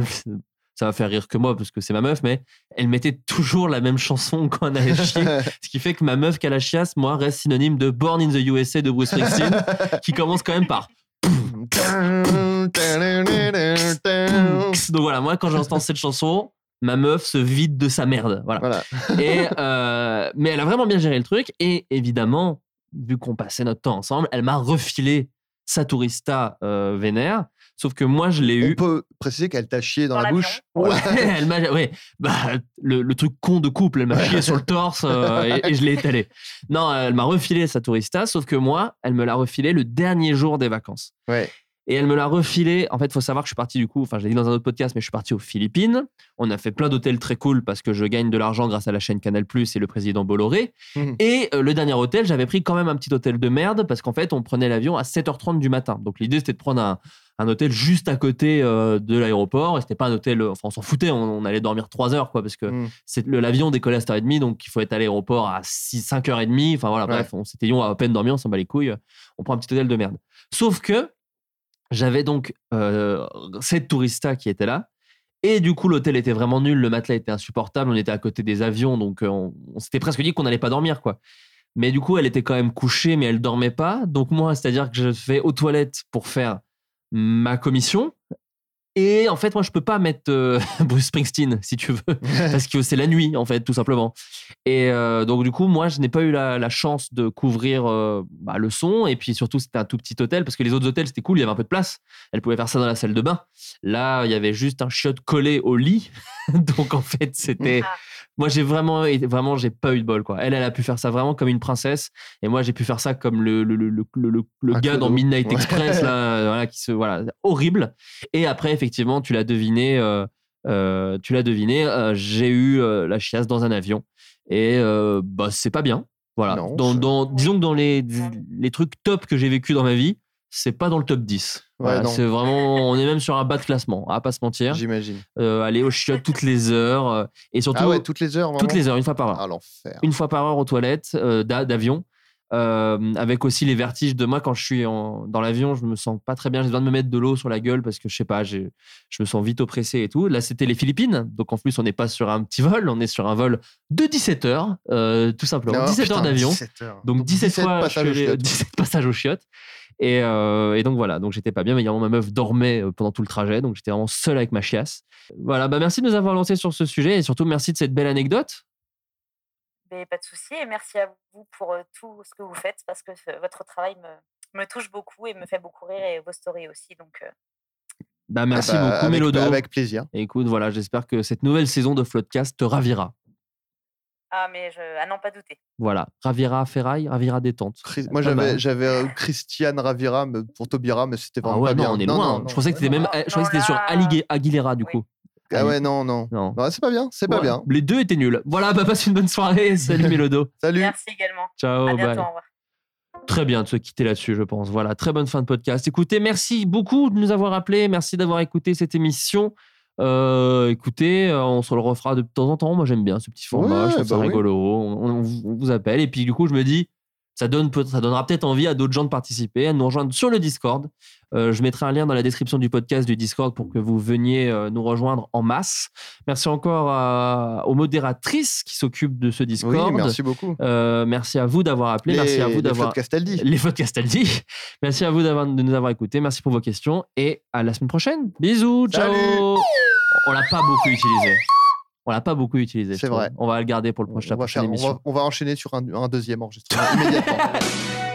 A: Ça va faire rire que moi parce que c'est ma meuf, mais elle mettait toujours la même chanson quand on allait chier. ce qui fait que ma meuf qu'à la chiasse, moi, reste synonyme de Born in the USA de Bruce Springsteen, qui commence quand même par. Donc voilà, moi, quand j'entends cette chanson, ma meuf se vide de sa merde. Voilà. Et, euh, mais elle a vraiment bien géré le truc. Et évidemment, vu qu'on passait notre temps ensemble, elle m'a refilé sa tourista euh, vénère. Sauf que moi, je l'ai eu.
H: On peut préciser qu'elle t'a chié dans, la bouche.
A: Ouais, elle m'a, ouais, bah, le, le truc con de couple, elle m'a chié sur le torse euh, et, et je l'ai étalé. Non, elle m'a refilé sa tourista, sauf que moi, elle me l'a refilé le dernier jour des vacances.
H: Ouais.
A: Et elle me l'a refilé. En fait, faut savoir que je suis parti du coup, enfin, je l'ai dit dans un autre podcast, mais je suis parti aux Philippines. On a fait plein d'hôtels très cool parce que je gagne de l'argent grâce à la chaîne Canal Plus et le président Bolloré.
H: Mhm.
A: Et euh, le dernier hôtel, j'avais pris quand même un petit hôtel de merde parce qu'en fait, on prenait l'avion à 7h30 du matin. Donc l'idée, c'était de prendre un, un hôtel juste à côté euh, de l'aéroport. Et c'était pas un hôtel, euh, enfin, on s'en foutait, on, on allait dormir 3 heures, quoi, parce que
H: Mhm.
A: c'est- le- l'avion décollait à 7h30, donc il faut être à l'aéroport à 6, 5h30. Enfin voilà,
H: Ouais.
A: bref, on s'était dit, on a à peine dormi, on s'en bat les couilles, on prend un petit hôtel de merde. Sauf que j'avais donc euh, cette tourista qui était là. Et du coup, l'hôtel était vraiment nul, le matelas était insupportable, on était à côté des avions, donc euh, on, on s'était presque dit qu'on n'allait pas dormir, quoi. Mais du coup, elle était quand même couchée, mais elle dormait pas. Donc moi, c'est-à-dire que je vais aux toilettes pour faire ma commission. Et en fait, moi, je peux pas mettre euh, Bruce Springsteen, si tu veux, parce que c'est la nuit, en fait, tout simplement. Et euh, donc, du coup, moi, je n'ai pas eu la, la chance de couvrir euh, bah, le son. Et puis, surtout, c'était un tout petit hôtel, parce que les autres hôtels, c'était cool, il y avait un peu de place. Elle pouvait faire ça dans la salle de bain. Là, il y avait juste un chiotte collé au lit. donc, en fait, c'était. Moi, j'ai vraiment, été- vraiment, j'ai pas eu de bol, quoi. Elle, elle a pu faire ça vraiment comme une princesse. Et moi, j'ai pu faire ça comme le, le, le, le, le- le
H: Un
A: gars dans
H: clodo.
A: Midnight
H: Ouais.
A: Express, là, euh, voilà, qui se voilà horrible. Et après effectivement, tu l'as deviné, euh, euh, tu l'as deviné, euh, j'ai eu euh, la chiasse dans un avion et euh, bah c'est pas bien. Voilà.
H: Non,
A: dans,
H: c'est-
A: dans- disons que dans les, les trucs top que j'ai vécu dans ma vie, c'est pas dans le top 10.
H: Ouais,
A: Voilà,
H: non.
A: c'est vraiment, on est même sur un bas de classement, à pas se mentir.
H: J'imagine.
A: Euh, aller au chiottes toutes les heures euh, et surtout
H: Ah ouais, toutes les heures.
A: toutes
H: vraiment
A: les heures, une fois par heure.
H: Ah, l'enfer.
A: Une fois par heure aux toilettes euh, d'a- d'avion. euh, avec aussi les vertiges de moi quand je suis en- dans l'avion, je me sens pas très bien. J'ai besoin de me mettre de l'eau sur la gueule parce que je sais pas, j'ai- je me sens vite oppressé et tout. Là, c'était les Philippines, donc en plus, on n'est pas sur un petit vol, on est sur un vol de 17 heures, euh, tout simplement.
H: Non,
A: 17 heures
H: putain,
A: d'avion.
H: 17 heures.
A: Donc,
H: Donc
A: 17,
H: 17
A: fois,
H: passages
A: je
H: aux
A: suis allé-
H: chiottes.
A: 17 passages aux chiottes. Et, euh, et donc voilà, donc j'étais pas bien, mais évidemment ma meuf dormait euh, pendant tout le trajet, donc j'étais vraiment seul avec ma chiasse. Voilà, bah merci de nous avoir lancé sur ce sujet et surtout merci de cette belle anecdote.
N: Mais pas de souci et merci à vous pour euh, tout ce que vous faites parce que euh, votre travail me, me touche beaucoup et me fait beaucoup rire et vos stories aussi. Donc, euh,
A: Bah merci
H: Ah bah,
A: beaucoup
H: avec-
A: Mélodo.
H: Avec plaisir.
A: Et Écoute, voilà, j'espère que cette nouvelle saison de Floodcast te ravira.
N: ah, mais je, à n'en pas douter.
A: Voilà, ravira ferraille, ravira détente.
H: Chris- Moi,
A: Pas
H: j'avais,
A: mal.
H: j'avais euh, Christiane Ravira mais pour Tobira, mais c'était
A: Ah
H: vraiment
A: ouais,
H: pas
A: non,
H: bien.
A: on est
H: Non,
A: loin.
H: non,
A: je
H: non.
A: pensais que c'était même, eh, je croyais que c'était sur Aligue- Aguilera du coup.
H: Ah ouais, non, non.
A: Non.
H: Ouais, c'est pas bien, c'est pas
A: Ouais,
H: bien.
A: Les deux étaient nuls. Voilà, bah passe une bonne soirée. Salut Mélodo.
H: Salut.
N: Merci également.
A: Ciao,
N: à bientôt,
A: bye.
N: au revoir.
A: Très bien de se quitter là-dessus, je pense. Voilà, très bonne fin de podcast. Écoutez, merci beaucoup de nous avoir appelés. Merci d'avoir écouté cette émission. Euh, écoutez, euh, on se le refera de temps en temps. Moi, j'aime bien ce petit format.
H: Ouais,
A: je trouve ça
H: bah oui.
A: rigolo. On, on vous- on vous appelle. Et puis, du coup, je me dis, ça, donne, peut- ça donnera peut-être envie à d'autres gens de participer, à nous rejoindre sur le Discord. Euh, je mettrai un lien dans la description du podcast du Discord pour que vous veniez euh, nous rejoindre en masse. Merci encore à- aux modératrices qui s'occupent de ce
H: Oui,
A: Discord.
H: merci beaucoup.
A: Euh, merci à vous d'avoir appelé.
H: Les-
A: merci à vous
H: les
A: d'avoir.
H: Flottes Castaldi.
A: Les Flottes Castaldi. Merci à vous d'avoir, de nous avoir écoutés. Merci pour vos questions. Et à la semaine prochaine. Bisous. Ciao.
H: Salut.
A: On l'a pas beaucoup utilisé. On l'a pas beaucoup utilisé. je
H: C'est
A: trouve.
H: vrai.
A: On va le garder pour le prochain,
H: On va,
A: prochaine
H: faire, on,
A: émission.
H: va, on va enchaîner sur un, un deuxième enregistrement immédiatement.